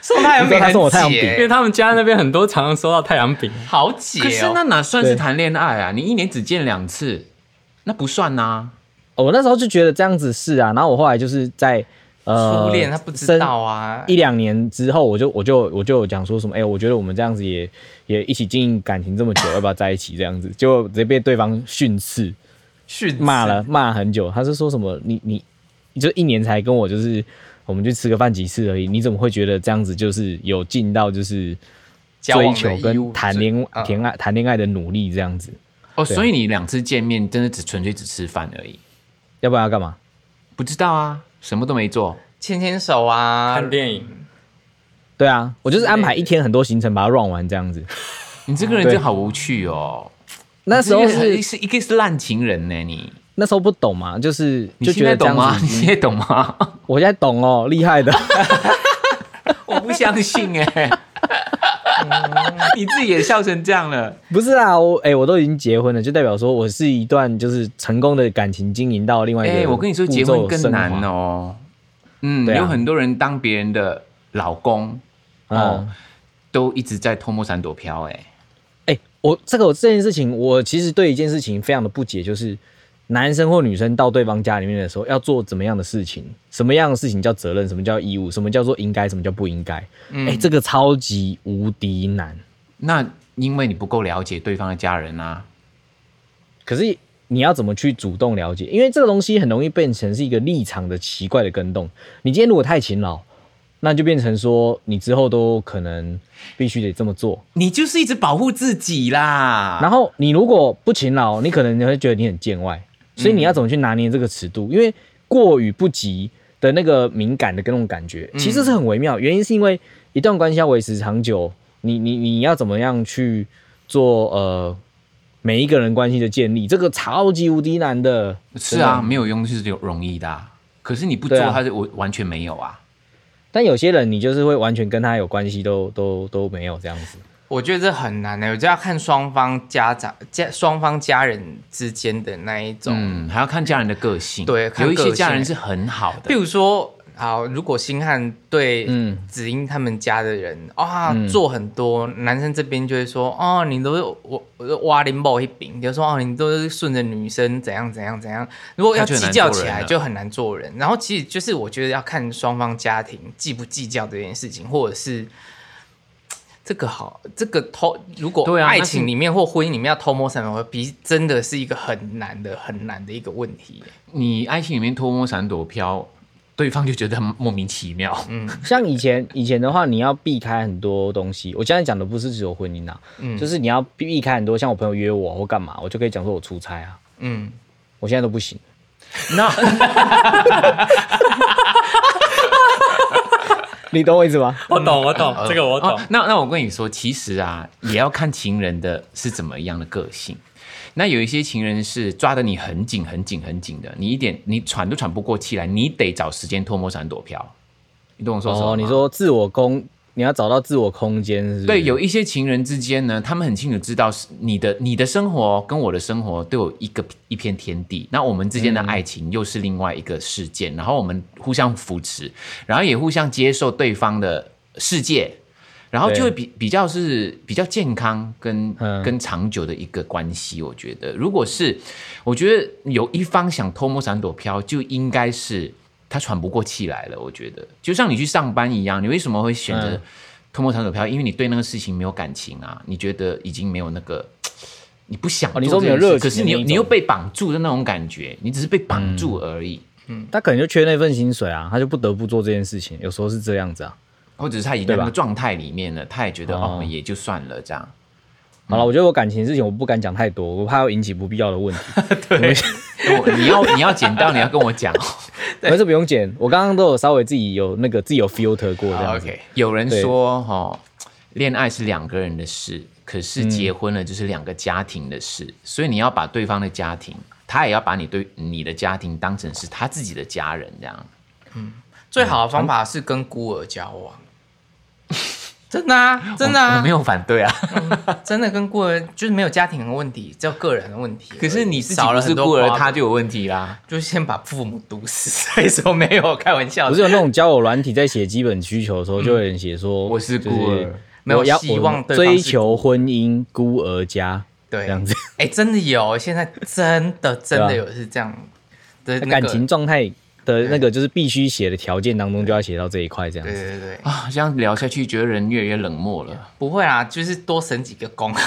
S5: 送太阳
S4: 你知
S5: 饼
S4: 道他
S5: 很
S4: 送我太阳
S5: 解
S4: 饼
S3: 因为他们家那边很多常常收到太阳饼。
S5: 好解哦。
S2: 可是那哪算
S4: 对
S2: 是谈恋爱啊？你一年只见两次，那不算啊呐、
S4: 哦我那时候就觉得这样子是啊，然后我后来就是在呃
S5: 初恋他不知
S4: 深
S5: 道啊，
S4: 一两年之后我，就我就我就有讲说什么，哎、我觉得我们这样子也也一起经营感情这么久，要不要在一起这样子？结果直接被对方训斥，
S5: 训斥
S4: 骂了骂很久。他是说什么你你你就一年才跟我就是我们去吃个饭几次而已，你怎么会觉得这样子就是有尽到就是
S5: 交往
S4: 追
S5: 的
S4: 求
S5: 义
S4: 跟
S5: 务
S4: 谈
S5: 是
S4: 恋
S5: 嗯
S4: 谈爱谈恋爱的努力这样子？
S2: 哦，
S4: 对啊
S2: 所以你两次见面真的只纯粹只吃饭而已，
S4: 要不然要干嘛？
S2: 不知道啊，什么都没做。
S5: 牵牵手啊，
S3: 看电影，
S4: 对啊，我就是安排一天很多行程把它 run 完这样
S2: *laughs*
S4: 子。
S2: 你这个人
S4: 对
S2: 真的好无趣哦。
S4: 那时候是
S2: 你是一个是烂情人呢、你
S4: 那时候不懂嘛，就是
S2: 你
S4: 就
S2: 现
S4: 觉
S2: 在
S4: 得
S2: 懂
S4: 这样
S2: 吗？*laughs* 你
S4: 子嗯已经
S2: 现在懂吗？
S4: *laughs* 我现在懂哦，厉害的。 *laughs*
S2: 我不相信哎、
S4: 欸
S2: *laughs* 你自己也笑成这样了。
S4: 不是啊，我哎、我都已经结婚了，就代表说我是一段就是成功的感情经营到另外一个。
S2: 哎、我跟你说，结婚更难。哦。嗯，
S4: 对啊
S2: 有很多人当别人的老公哦，
S4: 嗯
S2: 都一直在偷摸闪躲飘、哎，
S4: 哎、我这个我这件事情，我其实对一件事情非常的不解，就是男生或女生到对方家里面的时候，要做怎么样的事情，什么样的事情叫责任，什么叫义务，什么叫做应该，什么叫不应该？哎、这个超级无敌难。
S2: 那因为你不够了解对方的家人啊。
S4: 可是你要怎么去主动了解？因为这个东西很容易变成是一个立场的奇怪的跟动。你今天如果太勤劳，那就变成说你之后都可能必须得这么做。
S2: 你就是一直保护自己啦。
S4: 然后你如果不勤劳，你可能你会觉得你很见外，所以你要怎么去拿捏这个尺度？因为过与不及的那个敏感的跟那种感觉，其实是很微妙。原因是因为一段关系要维持长久，你你你要怎么样去做呃每一个人关系的建立，这个超级无敌难的。
S2: 是
S4: 真的
S2: 啊，没有用是有容易的啊、可是你不做，
S4: 对啊
S2: 他就我完全没有啊。
S4: 但有些人你就是会完全跟他有关系都都都没有这样子。
S5: 我觉得这很难的、欸我就要看双方家长、家双方家人之间的那一种。
S2: 嗯嗯，还要看家人的个性。
S5: 对看
S2: 有一
S5: 个
S2: 些
S5: 性
S2: 家人是很好的
S5: 譬。如说，好，如果星汉对
S4: 嗯
S5: 子英他们家的人啊、
S4: 嗯
S5: 做很多，男生这边就会说哦，你都是我我挖林某一饼，就说哦，你都是顺着女生怎样怎样怎样。如果要计较起来，
S2: 他
S5: 就
S2: 就
S5: 很难做人。然后其实就是我觉得要看双方家庭计不计较这件事情，或者是。这个好，这个偷如果
S2: 对啊
S5: 爱
S2: 那是
S5: 情里面或婚姻里面要偷摸闪躲，比真的是一个很难的、很难的一个问题。
S2: 你爱情里面偷摸闪躲飘，对方就觉得莫名其妙。
S4: 像以前以前的话，你要避开很多东西。我现在讲的不是只有婚姻啊，
S5: 嗯
S4: 就是你要避开很多，像我朋友约我或干嘛，我就可以讲说我出差啊。
S5: 嗯，
S4: 我现在都不行。
S2: *laughs* 那
S4: 你懂我意思吗？
S3: *laughs* 我懂，我懂，这个我懂
S2: 哦。那那我跟你说，其实啊，也要看情人的是怎么样的个性。那有一些情人是抓得你很紧、很紧、很紧的，你一点你喘都喘不过气来，你得找时间偷摸闪躲飘。你懂我说什么吗？
S4: 哦，你说自我空，你要找到自我空间是不是？
S2: 对，有一些情人之间呢，他们很清楚知道是你的你的生活跟我的生活都有一个一片天地，那我们之间的爱情又是另外一个世界，然后我们互相扶持，然后也互相接受对方的世界，然后就会比比较是比较健康跟、
S4: 嗯
S2: 跟长久的一个关系。我觉得，如果是我觉得有一方想偷摸闪躲飘，就应该是他喘不过气来了。我觉得，就像你去上班一样，你为什么会选择
S4: 嗯
S2: 偷摸闪躲飘？因为你对那个事情没有感情啊，你觉得已经没有那个。你不想
S4: 哦你
S2: 做
S4: 说
S2: 这
S4: 没有
S2: 件事
S4: 热情
S2: 可是你又
S4: 的那一种嗯
S2: 你又被绑住的那种感觉，你只是被绑住而已，
S4: 他可能就缺那份薪水啊，他就不得不做这件事情。有时候是这样子啊。
S2: 或者是他已经在
S4: 对吧
S2: 那个状态里面了，他也觉得
S4: 哦
S2: 哦也就算了这样。
S4: 好了，我觉得我感情的事情我不敢讲太多，我怕会引起不必要的问 *laughs* 题。
S2: *laughs* 我你要你要剪掉，你要跟我讲。哦 *laughs*
S4: 没事，不用剪。我刚刚都有稍微自己有那个自己有 filter 过这
S5: 好
S4: 样子。
S5: OK，
S2: 有人说哈、哦，恋爱是两个人的事，可是结婚了就是两个家庭的事，所以你要把对方的家庭，他也要把你对你的家庭当成是他自己的家人这样。
S5: 最好的方法是跟孤儿交往。真的啊，真的
S2: 我我
S5: 啊
S2: 没，有反对啊。
S5: 真的跟孤儿就是没有家庭的问题，只有个人的问题而已。
S2: *laughs* 可是你自己
S5: 少
S2: 不
S5: 了
S2: 是
S5: 很多
S2: 孤儿，
S5: 花
S2: 他就有问题啦。
S5: 就先把父母毒死。 *laughs* 所以说没有开玩笑的，
S4: 不是有那种交友软体在写基本需求的时候，就有人写说
S5: 嗯
S2: 我是孤儿
S4: 就是
S5: 没有
S4: 我要
S5: 希望
S4: 我
S5: 对方是
S4: 追求婚姻孤儿家
S5: 对
S4: 这样子，
S5: 哎、真的有，现在真的真的
S4: 对啊
S5: 有是这样的、那个
S4: 感情状态的那个就是必须写的条件当中就要写到这一块这样
S5: 对
S4: 子。
S5: 对对，
S2: 啊，这样聊下去，觉得人越来越冷漠了，
S5: 不会啊，就是多省几个工而已，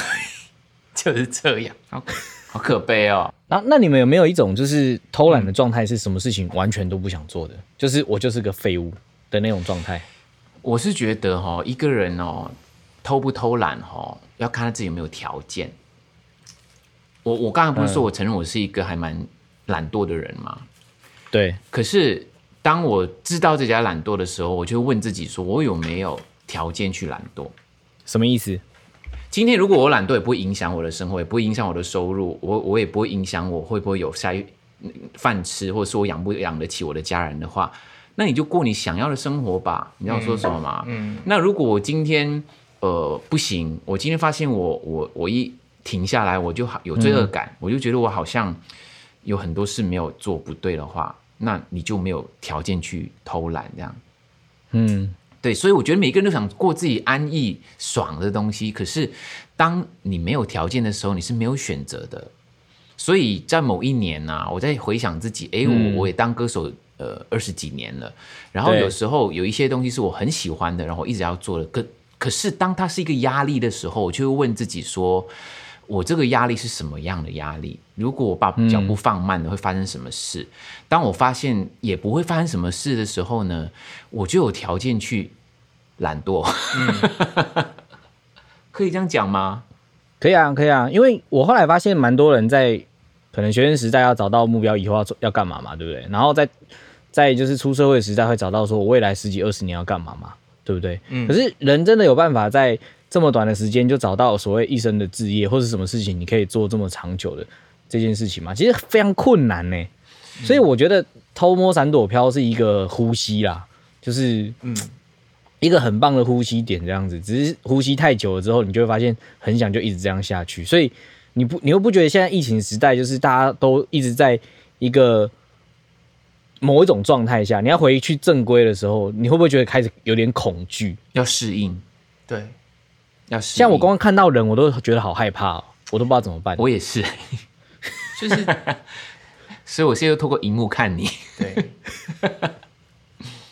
S5: *laughs* 就是这样。
S2: 好可悲哦。
S4: 然后那你们有没有一种就是偷
S5: 嗯
S4: 懒的状态，是什么事情完全都不想做的，就是我就是个废物的那种状态？
S2: 我是觉得哈、哦，一个人哦，偷不偷懒哈、哦，要看他自己有没有条件。我我刚才不是说我承认我是一个还蛮懒惰的人吗？
S4: 对，
S2: 可是当我知道自己在懒惰的时候，我就会问自己说，我有没有条件去懒惰？
S4: 什么意思？
S2: 今天如果我懒惰，也不会影响我的生活，也不会影响我的收入，我我也不会影响我会不会有下一嗯饭吃，或者是我养不养得起我的家人的话，那你就过你想要的生活吧。你知道我说什么吗？
S5: 嗯，
S2: 那如果我今天呃不行，我今天发现我我我一停下来，我就好有罪恶感，
S5: 嗯
S2: 我就觉得我好像有很多事没有做不对的话，那你就没有条件去偷懒这样。
S4: 嗯，
S2: 对，所以我觉得每个人都想过自己安逸爽的东西，可是当你没有条件的时候，你是没有选择的。所以在某一年呢、我在回想自己，诶，
S4: 嗯
S2: 我我也当歌手呃二十几年了，然后
S4: 对
S2: 有时候有一些东西是我很喜欢的，然后我一直要做的，可可是当它是一个压力的时候，我就会问自己说，我这个压力是什么样的压力？如果我把脚
S4: 嗯
S2: 步放慢了，会发生什么事？当我发现也不会发生什么事的时候呢，我就有条件去懒惰，嗯 *laughs* 可以这样讲吗？
S4: 可以啊，可以啊，因为我后来发现蛮多人在可能学生时代要找到目标以后要做要干嘛嘛，对不对？然后在在就是出社会时代会找到说我未来十几二十年要干嘛嘛，对不对？
S5: 嗯
S4: 可是人真的有办法在这么短的时间就找到所谓一生的志业或是什么事情你可以做这么长久的这件事情吗？其实非常困难呢、所以我觉得偷摸闪躲飘是一个呼吸啦，就是
S5: 嗯，
S4: 一个很棒的呼吸点，这样子，只是呼吸太久了之后，你就会发现很想就一直这样下去。所以你不，你又不觉得现在疫情时代就是大家都一直在一个某一种状态下，你要回去正规的时候，你会不会觉得开始有点恐惧？
S2: 要适应，
S5: 对，
S2: 要适应。
S4: 像我光看到人，我都觉得好害怕、哦，我都不知道怎么办。
S2: 我也 *laughs* 是，
S5: 就是
S2: 所以我现在就透过荧幕看你。 *laughs*
S5: 对，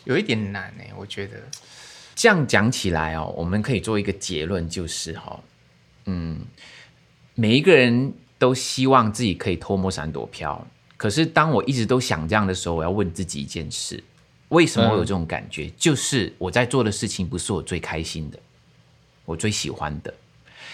S5: 有一点难哎、我觉得
S2: 这样讲起来哦，我们可以做一个结论，就是哈、哦，嗯，每一个人都希望自己可以偷摸闪躲飘，可是当我一直都想这样的时候，我要问自己一件事：为什么我有这种感觉？就是我在做的事情不是我最开心的，我最喜欢的。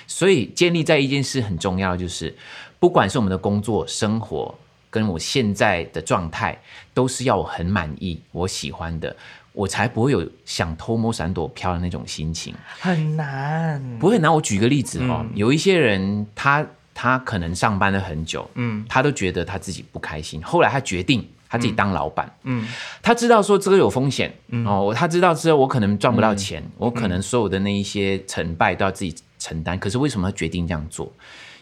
S2: 所以建立在一件事很重要，就是不管是我们的工作、生活，跟我现在的状态，都是要我很满意、我喜欢的，我才不会有想偷摸闪躲飘的那种心情。
S5: 很难。
S2: 不会拿我举个例子哦，
S5: 嗯
S2: 有一些人他他可能上班了很久，
S5: 嗯
S2: 他都觉得他自己不开心，后来他决定他自己当老板，
S5: 嗯
S2: 他知道说这个有风险，哦，他知道之后我可能赚不到钱，
S5: 嗯
S2: 我可能所有的那一些成败都要自己承担，可是为什么他决定这样做？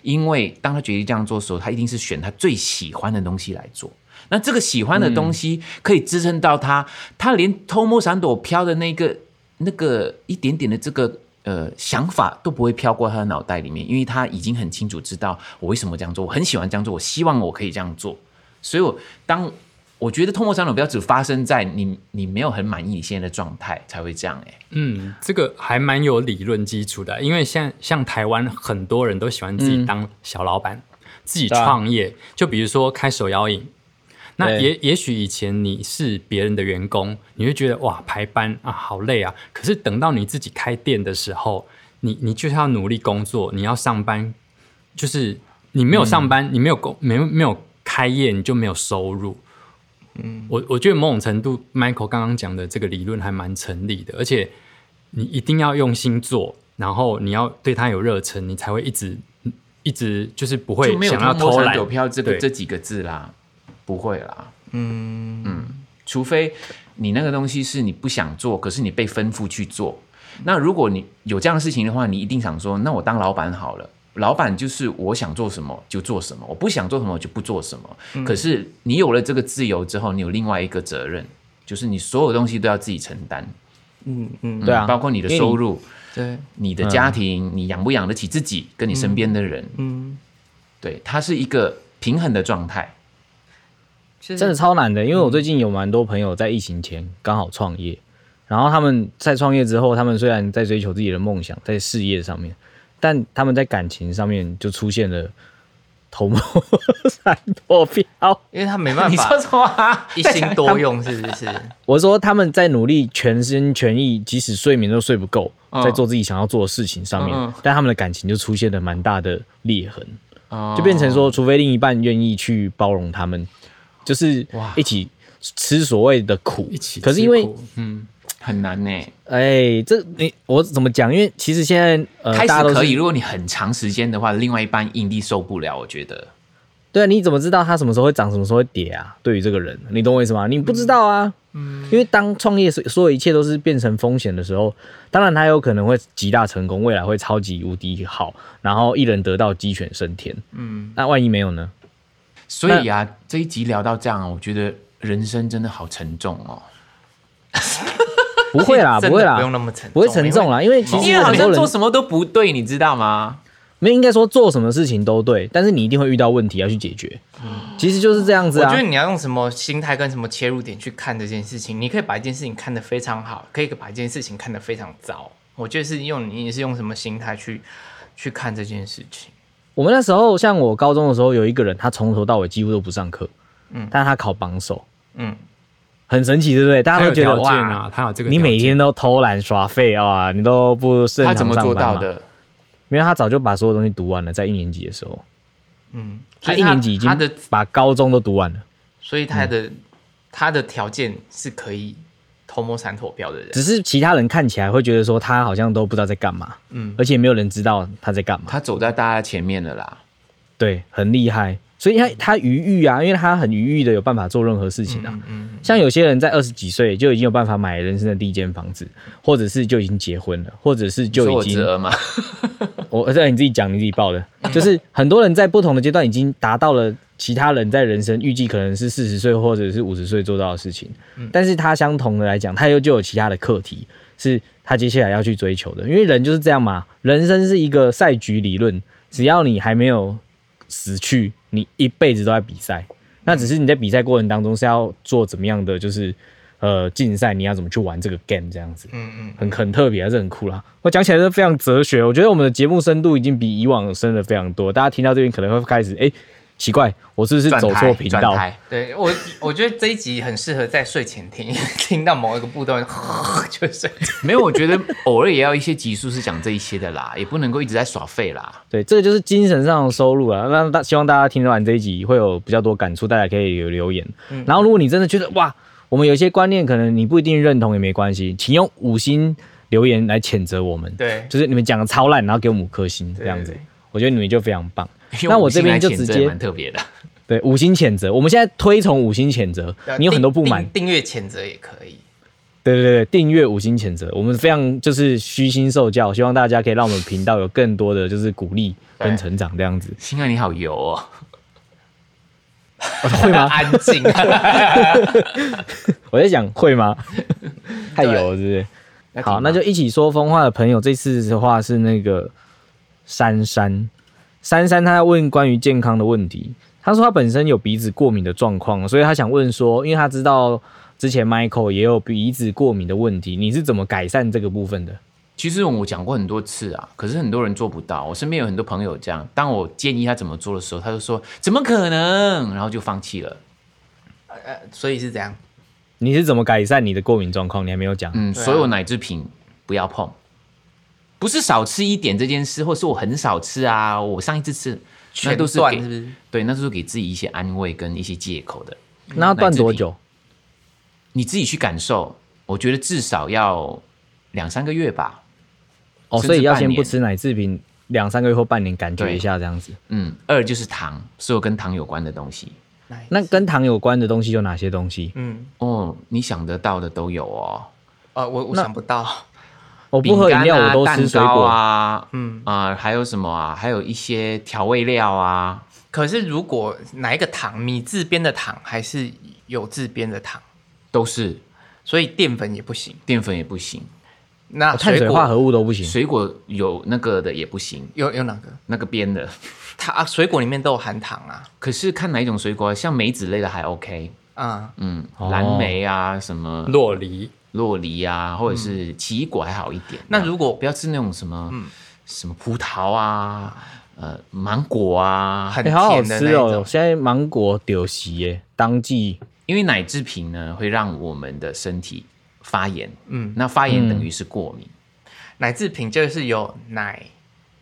S2: 因为当他决定这样做的时候，他一定是选他最喜欢的东西来做。那这个喜欢的
S3: 嗯
S2: 东西可以支撑到他，他连偷摸闪躲飘的那个那个一点点的这个呃想法都不会飘过他的脑袋里面，因为他已经很清楚知道我为什么这样做，我很喜欢这样做，我希望我可以这样做。所以我当我觉得通过闪躲标只发生在你你没有很满意你现在的状态才会这样哎、
S3: 嗯，这个还蛮有理论基础的，因为像像台湾很多人都喜欢自己当小老板，自己
S4: 对啊
S3: 创业，就比如说开手摇饮。那
S4: 对
S3: 也也许以前你是别人的员工，你会觉得哇排班啊好累啊，可是等到你自己开店的时候，你你就是要努力工作，你要上班，就是你没有上班，你没有工没有没有开业，你就没有收入。我我觉得某种程度，Michael 刚刚讲的这个理论还蛮成立的，而且你一定要用心做，然后你要对他有热忱，你才会一直一直就是不会
S2: 就没有
S3: 想要
S2: 偷摸
S3: 偷
S2: 闪
S3: 懒
S2: 躲。飘这个
S3: 对
S2: 这几个字啦，不会啦，
S5: 嗯嗯，
S2: 除非你那个东西是你不想做，可是你被吩咐去做。那如果你有这样的事情的话，你一定想说，那我当老板好了。老板就是我想做什么就做什么，我不想做什么就不做什么。
S5: 嗯
S2: 可是你有了这个自由之后，你有另外一个责任，就是你所有东西都要自己承担，
S5: 嗯
S4: 对啊，
S2: 包括你的收入、
S5: 对，
S2: 你的家庭、你养不养得起自己，跟你身边的人，
S5: 嗯，
S2: 对，它是一个平衡的状态。
S5: 就
S4: 真的
S5: 是
S4: 超难的，因为我最近有蛮多朋友在疫情前刚好创业，然后他们在创业之后，他们虽然在追求自己的梦想，在事业上面，但他们在感情上面就出现了头摸 *laughs* 闪躲飘。
S5: 因为他没办
S2: 你说
S4: *laughs*
S5: 法
S2: 什么啊？
S5: *laughs* 一心多用，是不是？
S4: 我说他们在努力全心全意，即使睡眠都睡不够，在做自己想要做的事情上面，
S2: 嗯嗯嗯
S4: 但他们的感情就出现了蛮大的裂痕。
S2: 哦
S4: 就变成说，除非另一半愿意去包容他们，就是一起吃所谓的苦，
S3: 一起吃苦，
S4: 可是因为，
S3: 嗯，
S2: 很难呢、
S4: 哎、这你我怎么讲？因为其实现在呃，
S2: 开
S4: 大家
S2: 始
S4: 都
S2: 可以，
S4: 是
S2: 如果你很长时间的话，另外一半硬地受不了，我觉得。
S4: 对啊，你怎么知道他什么时候会涨，什么时候会跌啊？对于这个人，你懂我意思吗？你不知道啊，
S5: 嗯
S4: 因为当创业所所有一切都是变成风险的时候，当然他有可能会极大成功，未来会超级无敌好，然后一人得道鸡犬升天。嗯，那万一没有呢？
S2: 所以啊，这一集聊到这样啊，我觉得人生真的好沉重哦。
S4: 不 *laughs* 会啦，
S5: *laughs* 真
S4: 不
S5: 的
S4: 会啦，
S5: 不用那么沉重，
S4: 不会沉重啦，因为其
S2: 因
S4: 实
S2: 为好
S4: 很多
S2: 像
S4: 人
S2: 做什么都不对，你知道吗？
S4: 没有应该说做什么事情都对，但是你一定会遇到问题要去解决，其实就是这样
S5: 嗯
S4: 子
S5: 我
S4: 啊
S5: 觉。得你要用什么心态跟什么切入点去看这件事情，你可以把一件事情看得非常好，可以把一件事情看得非常糟。我觉得是用你是用什么心态去去看这件事情。
S4: 我们那时候像我高中的时候，有一个人他从头到尾几乎都不上课，
S5: 嗯
S4: 但他考榜首，
S5: 嗯，
S4: 很神奇，对不对？大
S3: 他
S4: 家
S3: 有
S4: 都觉
S3: 条
S4: 得
S3: 件
S4: 哇，
S3: 啊，他有这个条件，
S4: 你每天都偷懒耍废啊，你都不正
S2: 他
S4: 常
S2: 怎么
S4: 上
S2: 做
S4: 班
S2: 到
S4: 嘛？
S2: 的？
S4: 因为他早就把所有东西读完了，在一年级的时候，
S5: 嗯，所
S4: 他
S5: 以
S4: 一年级已经嗯
S5: 他的，
S4: 把高中都读完了，
S5: 所以他的、他的条件是可以偷摸闪躲标的人。
S4: 只是其他人看起来会觉得说他好像都不知道在干嘛，
S5: 嗯
S4: 而且没有人知道他在干嘛。
S2: 他走在大家前面了啦。
S4: 对，很厉害。所以他他余裕啊，因为他很余裕的有办法做任何事情啊。
S5: 嗯，
S4: 像有些人在二十几岁就已经有办法买人生的第一间房子，或者是就已经结婚了，或者是
S2: 说
S4: 就
S2: 我
S4: 已经
S2: 侄儿
S4: *laughs*
S2: 嘛，
S4: 我这你自己讲，你自己报的，就是很多人在不同的阶段已经达到了其他人在人生预计可能是四十岁或者是五十岁做到的事情，但是他相同的来讲，他又就有其他的课题是他接下来要去追求的，因为人就是这样嘛，人生是一个赛局理论，只要你还没有死去，你一辈子都在比赛，那只是你在比赛过程当中是要做怎么样的，就是呃竞赛，你要怎么去玩这个 game 这样子，
S5: 嗯嗯，
S4: 很很特别，还是很酷啦。我讲起来是非常哲学，我觉得我们的节目深度已经比以往深了非常多。大家听到这边可能会开始，哎、奇怪，我是不是
S2: 转
S4: 走
S2: 台
S4: 错频
S2: 转
S4: 道？
S2: 台
S5: 对我 *laughs* 我觉得这一集很适合在睡前听， *laughs* 听到某一个步骤 *laughs* 就睡着。
S2: 没有，我觉得偶尔也要一些集数是讲这一些的啦，也不能够一直在耍废啦。
S4: 对，这个就是精神上的收入啊。那大希望大家听完这一集会有比较多感触，大家可以有留言。然后，如果你真的觉得哇，我们有一些观念可能你不一定认同也没关系，请用五星留言来谴责我们。
S5: 对
S4: 就是你们讲的超烂，然后给我们五颗星这样子
S5: 对对，
S4: 我觉得你们就非常棒。
S2: 用
S4: *laughs* 那我
S2: 五星
S4: 这边
S2: 来
S4: 就
S2: 谴
S4: 直
S2: 责
S4: 接
S2: 也蛮特别的，
S4: 对，五星谴责，我们现在推崇五星谴责，你有很多不满
S5: 订，订阅谴责也可以。
S4: 对对对，订阅五星谴责，我们非常就是虚心受教，希望大家可以让我们频道有更多的就是鼓励跟成长这样子，
S2: 星汉你好油哦，
S4: 哦 *laughs* 会吗？
S5: *laughs* 安静。啊
S4: *laughs* 我在想会吗？太有了，是不是？好，那就一起说风话的朋友，这次的话是那个珊珊，珊珊她在问关于健康的问题。她说她本身有鼻子过敏的状况，所以她想问说，因为她知道之前 Michael 也有鼻子过敏的问题，你是怎么改善这个部分的？
S2: 其实我讲过很多次啊，可是很多人做不到。我身边有很多朋友这样，当我建议他怎么做的时候，他就说怎么可能，然后就放弃了。
S5: 呃，所以是这样。
S4: 你是怎么改善你的过敏状况？你还没有讲。
S2: 嗯，
S5: 对啊
S2: 所有奶制品不要碰，不是少吃一点这件事，或是我很少吃啊，我上一次吃那
S5: 全
S2: 都是
S5: 断
S2: 给
S5: 是不是？
S2: 对，那都是给自己一些安慰跟一些借口的。
S4: 嗯那要断多久？
S2: 你自己去感受，我觉得至少要两三个月吧。
S4: 哦，
S2: 甚至
S4: 所以要
S2: 半
S4: 先
S2: 年
S4: 不吃奶制品两三个月或半年，感觉一下这样子。
S2: 嗯，二就是糖，所有跟糖有关的东西。
S4: 那跟糖有关的东西有哪些东西？
S5: 嗯，
S2: 哦，你想得到的都有哦。
S5: 呃，我我
S4: 那
S5: 想不到。
S4: 我不
S2: 饼
S4: 喝饮
S2: 干
S4: 料，
S2: 啊
S4: 我都吃水
S2: 蛋糕
S4: 果。
S2: 啊，
S5: 嗯
S2: 嗯啊、还有什么啊？还有一些调味料啊，
S5: 可是如果哪一个糖，米字边的糖还是有字边的糖，
S2: 都是
S5: 所以淀粉也不行。
S2: 淀粉也不行，
S5: 那
S4: 哦碳水
S5: 果
S4: 化合物都不行。
S2: 水果有那个的也不行，
S5: 有有哪个？
S2: 那个边的。
S5: 它啊，水果里面都有含糖啊。
S2: 可是看哪一种水果，像梅子类的还 OK，
S5: 啊、
S2: 嗯，
S4: 哦
S2: 蓝莓啊，什么
S3: 洛梨
S2: 洛梨啊，或者是奇异果还好一点。
S5: 嗯
S2: 啊
S5: 那如嗯果
S2: 不要吃那种什么、什么葡萄啊，呃，芒果啊，
S5: 很
S4: 哎、好好
S5: 甜的那
S4: 吃
S5: 一
S4: 哦！
S5: 种，
S4: 现在芒果丢席耶，当季
S2: 因为奶制品呢会让我们的身体发炎，
S5: 嗯
S2: 嗯，那发炎等于是过敏。
S5: 奶制品就是有奶，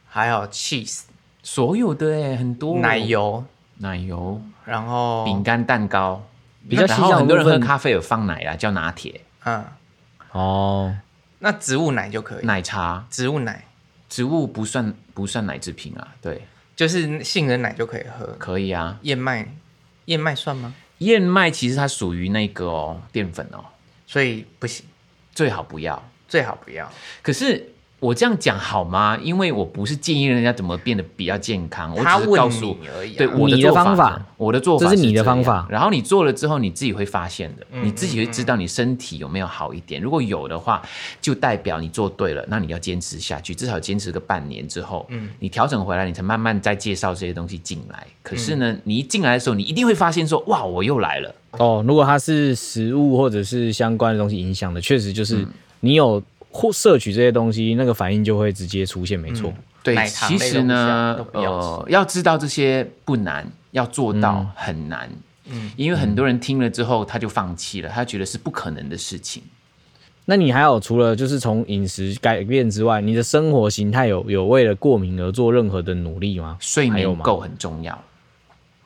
S5: 还有 cheese、
S2: 所有的哎、很多
S5: 奶、油，
S2: 奶油、
S5: 然后
S2: 饼干、蛋糕，
S4: 比较
S2: 然
S4: 细
S2: 后
S4: 项
S2: 很
S4: 的
S2: 多人
S4: 部
S2: 喝
S4: 分
S2: 咖啡有放奶啦，叫拿铁、
S5: 嗯，
S4: 哦。
S5: 那植物奶就可以。
S2: 奶茶，
S5: 植物奶
S2: 植物不算不算奶制品啊，对，
S5: 就是杏仁奶就可以喝，
S2: 可以啊。
S5: 燕麦燕麦算吗？
S2: 燕麦其实它属于那个哦，淀粉哦，
S5: 所以不行，
S2: 最好不要。
S5: 最好不要。
S2: 可是我这样讲好吗？因为我不是建议人家怎么变得比较健康，我
S5: 他
S2: 只是告
S5: 问
S2: 诉
S5: 你而已、啊。
S2: 对我
S4: 你的
S2: 做法
S4: 方
S2: 是
S4: 法，
S2: 我的做法
S4: 这是你的
S2: 这样
S4: 方法
S2: 然后你做了之后，你自己会发现的，
S5: 嗯
S2: 你自己会知道你身体有没有好一点。如果有的话，就代表你做对了，那你要坚持下去，至少坚持个半年之后，
S5: 嗯
S2: 你调整回来，你才慢慢再介绍这些东西进来。可是呢，你一进来的时候，你一定会发现说，哇，我又来了。
S4: 哦，如果它是食物或者是相关的东西影响的，确实
S2: 嗯
S4: 就是你有或摄取这些东西，那个反应就会直接出现，没错。
S2: 对，
S5: 奶糖
S2: 其
S5: 类的
S2: 实
S5: 东西啊
S2: 呢
S5: 都，不要吃
S2: 呃，要知道这些不难，要做到很难。
S5: 嗯
S2: 因为很多人听了之后他就放弃了，他觉得是不可能的事情。
S4: 那你还有除了就是从饮食改变之外，你的生活形态有有为了过敏而做任何的努力吗？
S2: 睡
S4: 还有
S2: 眠
S4: 吗
S2: 够很重要，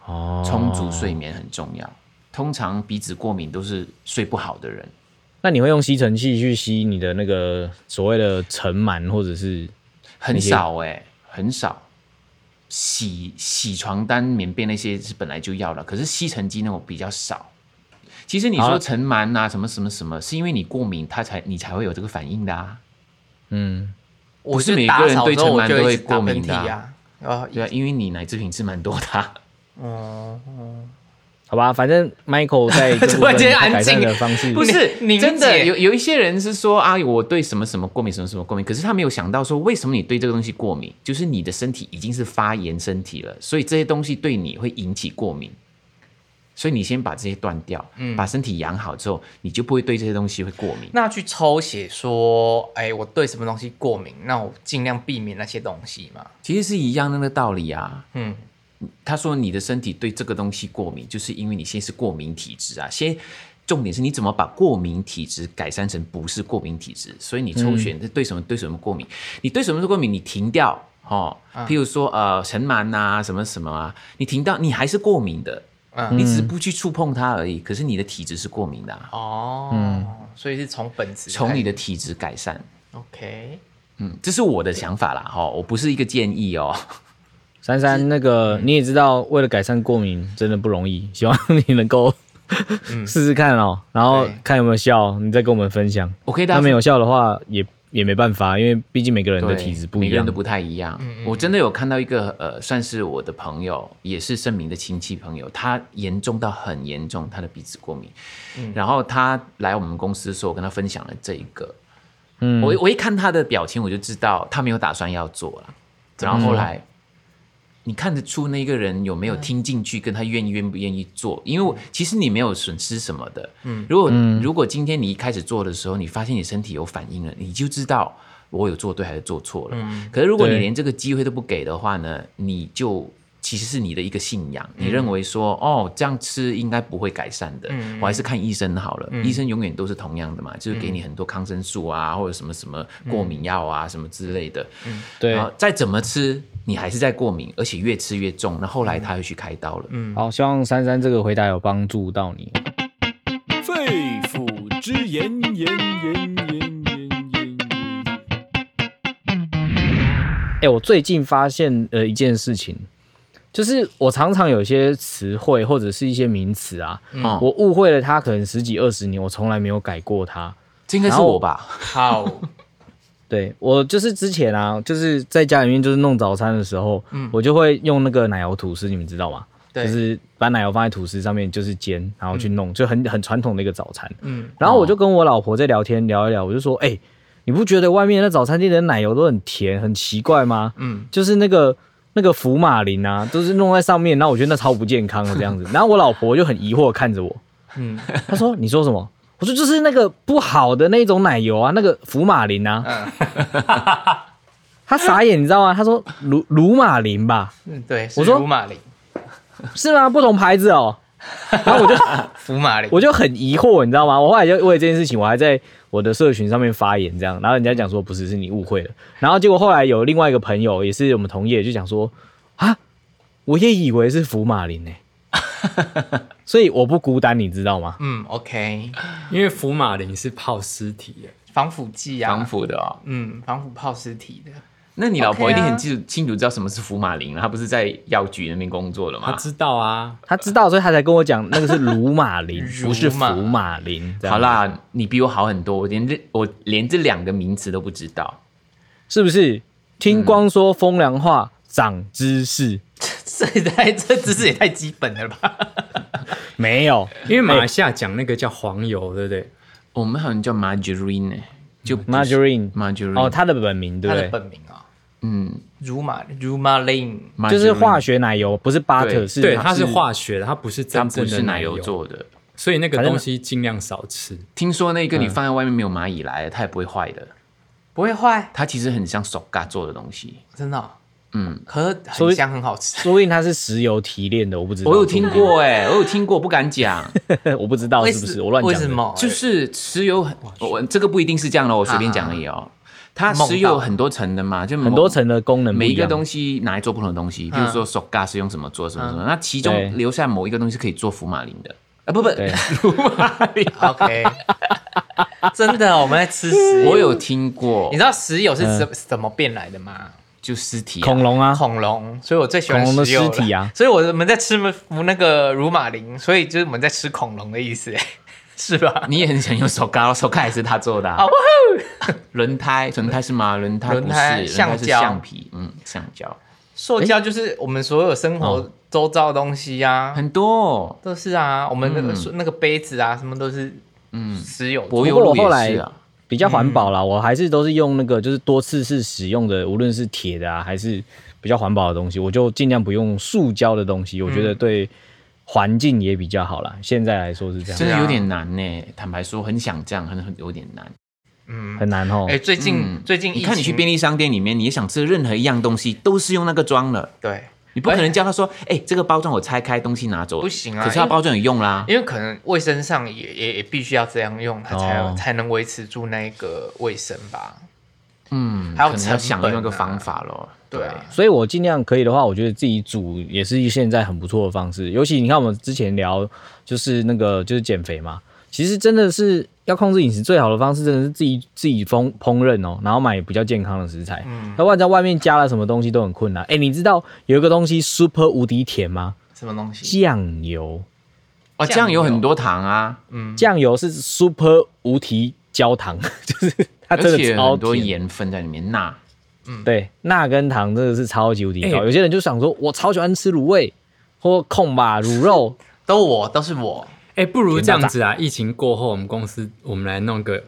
S4: 哦，
S2: 充足睡眠很重要。通常鼻子过敏都是睡不好的人，
S4: 哦那你会用吸尘器去吸你的那个所谓的尘螨，或者是
S2: 欸很少哎、很少。洗洗床单、棉被那些是本来就要了，可是吸尘机那种比较少。其实你
S4: 好
S2: 说
S4: 了
S2: 尘螨啊，什么什么什么，是因为你过敏，它才你才会有这个反应的啊。
S4: 嗯，
S5: 我
S2: 是每
S5: 打
S2: 个人
S5: 扫
S2: 对
S5: 之后
S2: 尘
S5: 我
S2: 螨
S5: 就
S2: 都
S5: 一
S2: 会
S5: 直打
S2: 过
S5: 喷
S2: 敏
S5: 嚏
S2: 的
S5: 啊
S2: 啊。
S5: 啊，
S2: 对啊，因为你奶制品是蛮多的啊、
S5: 嗯嗯，
S4: 好吧，反正 Michael
S2: *laughs*
S4: 在这部
S5: 突然间
S4: 分他
S5: 安
S4: 改
S5: 静
S4: 善的方式
S2: 不是
S5: 你你
S2: 真的
S5: 理解
S2: 有有一些人是说啊，我对什么什么过敏，什么什么过敏，可是他没有想到说为什么你对这个东西过敏，就是你的身体已经是发炎身体了，所以这些东西对你会引起过敏，所以你先把这些断掉，把身体养好之后，你就不会对这些东西会过敏。
S5: 嗯那去抽血说，哎，我对什么东西过敏，那我尽量避免那些东西嘛。
S2: 其实是一样的那个道理啊。
S5: 嗯，
S2: 他说你的身体对这个东西过敏，就是因为你先是过敏体质啊，先。重点是你怎么把过敏体质改善成不是过敏体质，所以你抽血对什么对什么过敏，你对什么过敏你停掉哦，譬如说呃尘螨啊什么什么啊，你停掉你还是过敏的，
S5: 嗯
S2: 你只是不去触碰它而已，可是你的体质是过敏的、啊，
S5: 哦，所以是从本质开始，
S2: 从你的体质改善，
S5: OK，
S2: 嗯，这是我的想法啦哈、哦，我不是一个建议哦，
S4: 珊珊那个你也知道，为了改善过敏真的不容易，希望你能够
S2: 嗯
S4: 试试看哦，然后
S5: 对
S4: 看有没有效，你再跟我们分享。
S2: 我可以大
S4: 那
S2: 家
S4: 没有效的话，也也没办法，因为毕竟每个人的
S2: 对
S4: 体质不
S2: 每
S4: 一
S2: 个人
S4: 样
S2: 都。不太一样。我真的有看到一个呃，算是我的朋友，也是盛明的亲戚朋友，他严重到很严重，他的鼻子过敏。然后他来我们公司的时候，我跟他分享了这一个，
S4: 嗯
S2: 我我一看他的表情，我就知道他没有打算要做了。然后后来，你看得出那个人有没有听进去，跟他愿意愿不愿意做？因为我其实你没有损失什么的。嗯，如果如果今天你一开始做的时候，你发现你身体有反应了，你就知道我有做对还是做错了。可是如果你
S4: 对
S2: 连这个机会都不给的话呢，你就。其实是你的一个信仰，你认为说、哦，这样吃应该不会改善的，
S5: 嗯
S2: 我还是看医生好了。医生永远都是同样的嘛，就是给你很多抗生素啊，或者什么什么过敏药啊，什么之类的。
S4: 对
S2: 然，后再怎么吃，你还是在过敏，而且越吃越重。那后来他又去开刀了。
S5: 嗯，
S4: 好，希望珊珊这个回答有帮助到你。
S1: 肺腑之言，言言言言言言。
S4: 哎、我最近发现呃一件事情，就是我常常有些词汇或者是一些名词啊，
S2: 嗯，
S4: 我误会了它，可能十几二十年，我从来没有改过它。
S2: 这应该是我吧？
S5: 好，
S4: *laughs* 对我就是之前啊，就是在家里面就是弄早餐的时候，我就会用那个奶油吐司，你们知道吗？
S5: 对
S4: 就是把奶油放在吐司上面，就是煎，然后去弄，就很很传统的一个早餐。
S5: 嗯，
S4: 然后我就跟我老婆在聊天聊一聊，我就说，哎、你不觉得外面那早餐店的奶油都很甜，很奇怪吗？
S5: 嗯，
S4: 就是那个那个福马林啊，都是弄在上面，然后我觉得那超不健康的这
S5: *laughs*
S4: 样子。然后我老婆就很疑惑地看着我，
S5: 嗯，
S4: 她说：“你说什么？”我说：“就是那个不好的那种奶油啊，那个福马林啊。
S5: 嗯
S4: *laughs* 她傻眼，你知道吗？她说：“乳乳马林吧，
S5: 嗯对，
S4: 我
S5: 我
S4: 说
S5: 说福马林，
S4: 是吗？不同牌子哦。”然后我就
S5: 福马林，
S4: 我就很疑惑，你知道吗？我后来就为这件事情，我还在我的社群上面发言，这样，然后人家讲说不是，是你误会了。然后结果后来有另外一个朋友，也是我们同业，就讲说啊，我也以为是福马林呢、欸所以我不孤单，你知道吗？
S5: 嗯，OK，
S3: 因为福马林是泡尸体耶，
S5: 防腐剂啊，
S2: 防，腐的哦。
S5: 嗯，防腐泡尸体的， *laughs*
S2: 那你老婆
S5: OK 啊
S2: 一定很清楚清楚知道什么是福马林了，她不是在药局那边工作了
S3: 他
S2: 吗？
S3: 知道啊，
S4: 他知道，所以他才跟我讲那个是鲁马林，不是
S5: 乳
S4: 福
S5: 马
S4: 马林。这样
S2: 好，啦，你比我好很多，我连这我连这两个名词都不知道。
S4: 是不是？听光说风凉话，长知识
S5: 这也太这知识也太基本了吧？
S4: 没有？
S3: 因为马来西亚讲那个叫黄油，对不对？
S2: 我们好像叫 margarine，呢就
S4: Margarine
S2: 嗯 margarine
S4: 哦，他的本名 *laughs* 对
S5: 它
S4: 不
S5: 的
S4: 对？
S5: 本名啊，
S2: 嗯，
S5: 乳马乳马林，
S2: margarine
S4: 就是化，学奶油，不是 butter，
S2: 对
S4: 是
S3: 对，它是化学的，它不是
S2: 它
S3: 真
S2: 不
S3: 正的
S2: 是奶
S3: 油
S2: 油，做的。
S3: 所以那个
S4: 反正
S3: 东西尽量少吃。
S2: 听说那个你放在外面没有蚂蚁来，它也不会坏的。
S5: 不会坏，
S2: 它其实很像手嘎做的东西。
S5: 真的哦，
S2: 嗯，
S5: 可是
S4: 所以
S5: 很香，很好吃。
S4: 说不定它是石油提炼的，我不知道。
S2: 我有听过哎、我有听过，不敢讲，
S4: *laughs* 我不知道哦是不是我乱讲
S5: 为
S4: 的。
S5: 什么？
S2: 就是石油很，我这个不一定是这样的，我随
S5: 啊
S2: 便讲而已哦。它石油有很多层的嘛，就
S4: 很多，层的功能不
S2: 每
S4: 一
S2: 一个
S4: 样。
S2: 东西拿来做不同的东
S5: 嗯
S2: 西，比如说手嘎是用什么做什么什么，那其中留下某一个东西是可以做福马林的。啊不不，
S4: 对
S2: 福马林，
S4: *laughs*
S5: OK，真的，我们在吃石
S2: *laughs*
S5: 油。
S2: 我有听过
S4: 嗯
S5: 你知，道石油是什什么变来的吗？
S2: 就尸体、啊，
S4: 恐龙啊，
S5: 恐龙，所以我最喜欢
S4: 恐龙的
S5: 石榴
S4: 尸体啊
S5: 了所以我们在吃服那个乳马林，所以就是我们在吃恐龙的意思， *laughs* 是吧？
S2: 你也很想用手铐，手铐也是他做的啊
S5: 啊。
S2: *laughs* 轮胎，轮胎是吗？轮胎
S5: 轮
S2: 不是，
S5: 胎
S2: 轮
S5: 橡
S2: 胎是
S5: 胶
S2: 橡皮，嗯，橡胶
S5: 塑胶就是我们所有生活周遭的东西啊，
S2: 很多、哦。
S5: 都是啊，我们那个、
S2: 嗯
S5: 那个杯子啊，什么都是
S2: 嗯，
S5: 石油做
S2: 柏
S5: 的。
S2: 油路也
S4: 后来
S2: 是啊，嗯
S4: 比较环保啦。我还是都是用那个就是多次式使用的，无论是铁的啊，还是比较环保的东西，我就尽量不用塑胶的东西。我觉得
S2: 嗯
S4: 对环境也比较好啦。现在来说是
S5: 啊
S4: 这
S2: 真
S4: 样，
S2: 的有点难呢、坦白说，很想这样，很很有点难。
S5: 嗯，
S4: 很难哦
S5: 哎、。最近、
S2: 嗯
S5: 最近疫
S2: 你
S5: 情
S2: 看，你去便利商店里面，你也想吃任何一样东西，都是用那个装的。
S5: 对，
S2: 你不可能叫他说，哎、这个包装我拆开，东西拿走。
S5: 不行啊
S2: 可是它包装有用啦。
S5: 因为可能卫生上也也也必须要这样用，它才有、
S4: 哦
S5: 才能维持住那个卫生吧。
S2: 嗯，
S5: 还有
S2: 可能
S5: 成
S2: 要
S5: 本
S2: 想用一个
S5: 啊
S2: 方法咯。
S5: 对
S2: 啊，
S5: 啊，
S4: 所以我尽量可以的话，我觉得自己煮也是现在很不错的方式。尤其你看我们之前聊，就是那个就是减肥嘛，其实真的是要控制饮食最好的方式，真的是自己自己烹烹饪哦，然后买比较健康的食材。
S5: 嗯，
S4: 要不然在外面加了什么东西都很困难。哎、你知道有一个东西 super 无敌甜吗？
S5: 什么东西？
S4: 酱油，
S2: 哦，
S5: 酱
S2: 酱油
S5: 油
S2: 很多糖啊，
S5: 嗯，
S4: 酱油是 super 无敌焦糖， *laughs* 就是它
S2: 而
S4: 真
S2: 且
S4: 的
S2: 有
S4: 超
S2: 很多
S4: 甜。
S2: 盐分在里面，钠。
S4: 对，钠跟糖真的是超级无敌高。
S3: 哎
S4: 有些人就想说，我超喜欢吃卤味或控吧卤肉，
S5: *laughs* 都我都是我，
S3: 哎、不如这样子啊！疫情过后，我们公司我们来弄个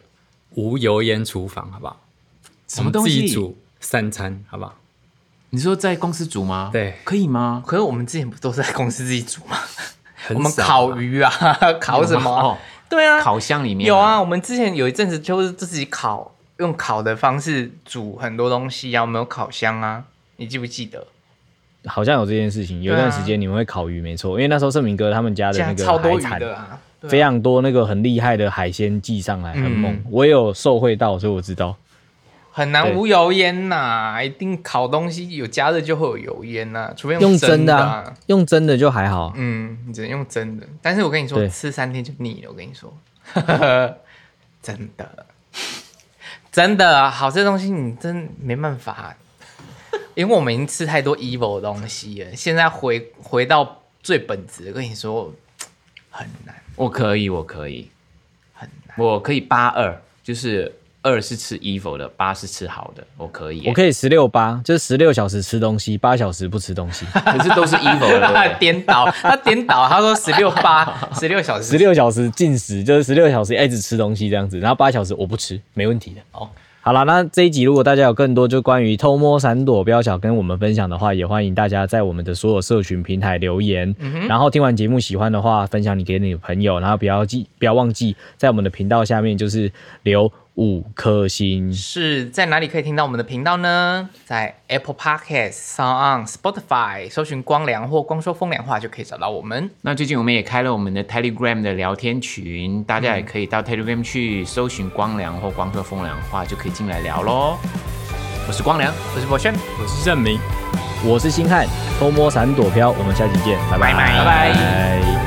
S3: 无油烟厨房，好不好？
S2: 什么东
S3: 我们
S2: 西？
S3: 自己煮三餐，好不好？
S2: 你说在公司煮吗？
S3: 对
S2: 可以吗？
S5: 可是我们之前不都是在公司自己煮吗？
S3: 很
S5: 我们
S3: 少啊
S5: 烤鱼啊，烤什么？
S2: 哦，
S5: 对啊，
S2: 烤箱里面
S5: 有啊。，我们之前有一阵子就是自己烤，用烤的方式煮很多东西啊，我们有烤箱啊，你记不记得？
S4: 好像有这件事情。有一段时
S5: 对啊
S4: 间你们会烤鱼，没错，因为那时候盛明哥他们家的
S5: 这
S4: 那
S5: 样
S4: 个
S5: 超多
S4: 海
S5: 余
S4: 产
S5: 的啊，对啊
S4: 非常多那个很厉害的海鲜寄上来，很猛。
S5: 嗯
S4: 我也有受惠到，所以我知道。
S5: 很难
S4: 对
S5: 无油烟呐、一定烤东西有加热就会有油烟呐、除非
S4: 用
S5: 蒸
S4: 真的
S5: 啊。
S4: 啊，用真的就还好。
S5: 嗯，你只能用蒸的。但是我跟你说，
S4: 对
S5: 吃三天就腻了。我跟你
S4: *laughs*
S5: 说，真的，真的啊好吃的东西你真没办法，因为我们已经吃太多 evil 的东西了。现在回回到最本质，我跟你说很难
S2: 我可以，我可以，
S5: 很难。
S2: 我可以八二，就是二是吃 evil 的，八是吃好的，我可以耶。
S4: 我可以十六八，就是十六小时吃东西，八小时不吃东西，
S2: 可是都是 evil 的
S5: *laughs*
S2: 对不对。
S5: 颠倒，他颠倒，他说十六八，十六小时，
S4: 十六小时进食，就是十六小时一直吃东西这样子，然后八小时我不吃，没问题的。
S5: 哦
S4: 哦，好了，那这一集如果大家有更多就关于偷摸闪躲不要小跟我们分享的话，也欢迎大家在我们的所有社群平台留言。然后听完节目喜欢的话，分享你给你的朋友，然后不要记不要忘记在我们的频道下面就是留五颗星。
S5: 是在哪里可以听到我们的频道呢？在 Apple Podcast、Sound on、Spotify 搜寻“光良”或“光说风凉话”就可以找到我们。
S2: 那最近我们也开了我们的 Telegram 的聊天群，大家也可以到 Telegram 去搜寻“光良”或“光说风凉话”，就可以进来聊喽。我是光良，
S5: 我是博轩，
S3: 我是证明。
S4: 我是星汉，偷摸闪躲飘，我们下期见，拜
S5: 拜拜
S4: 拜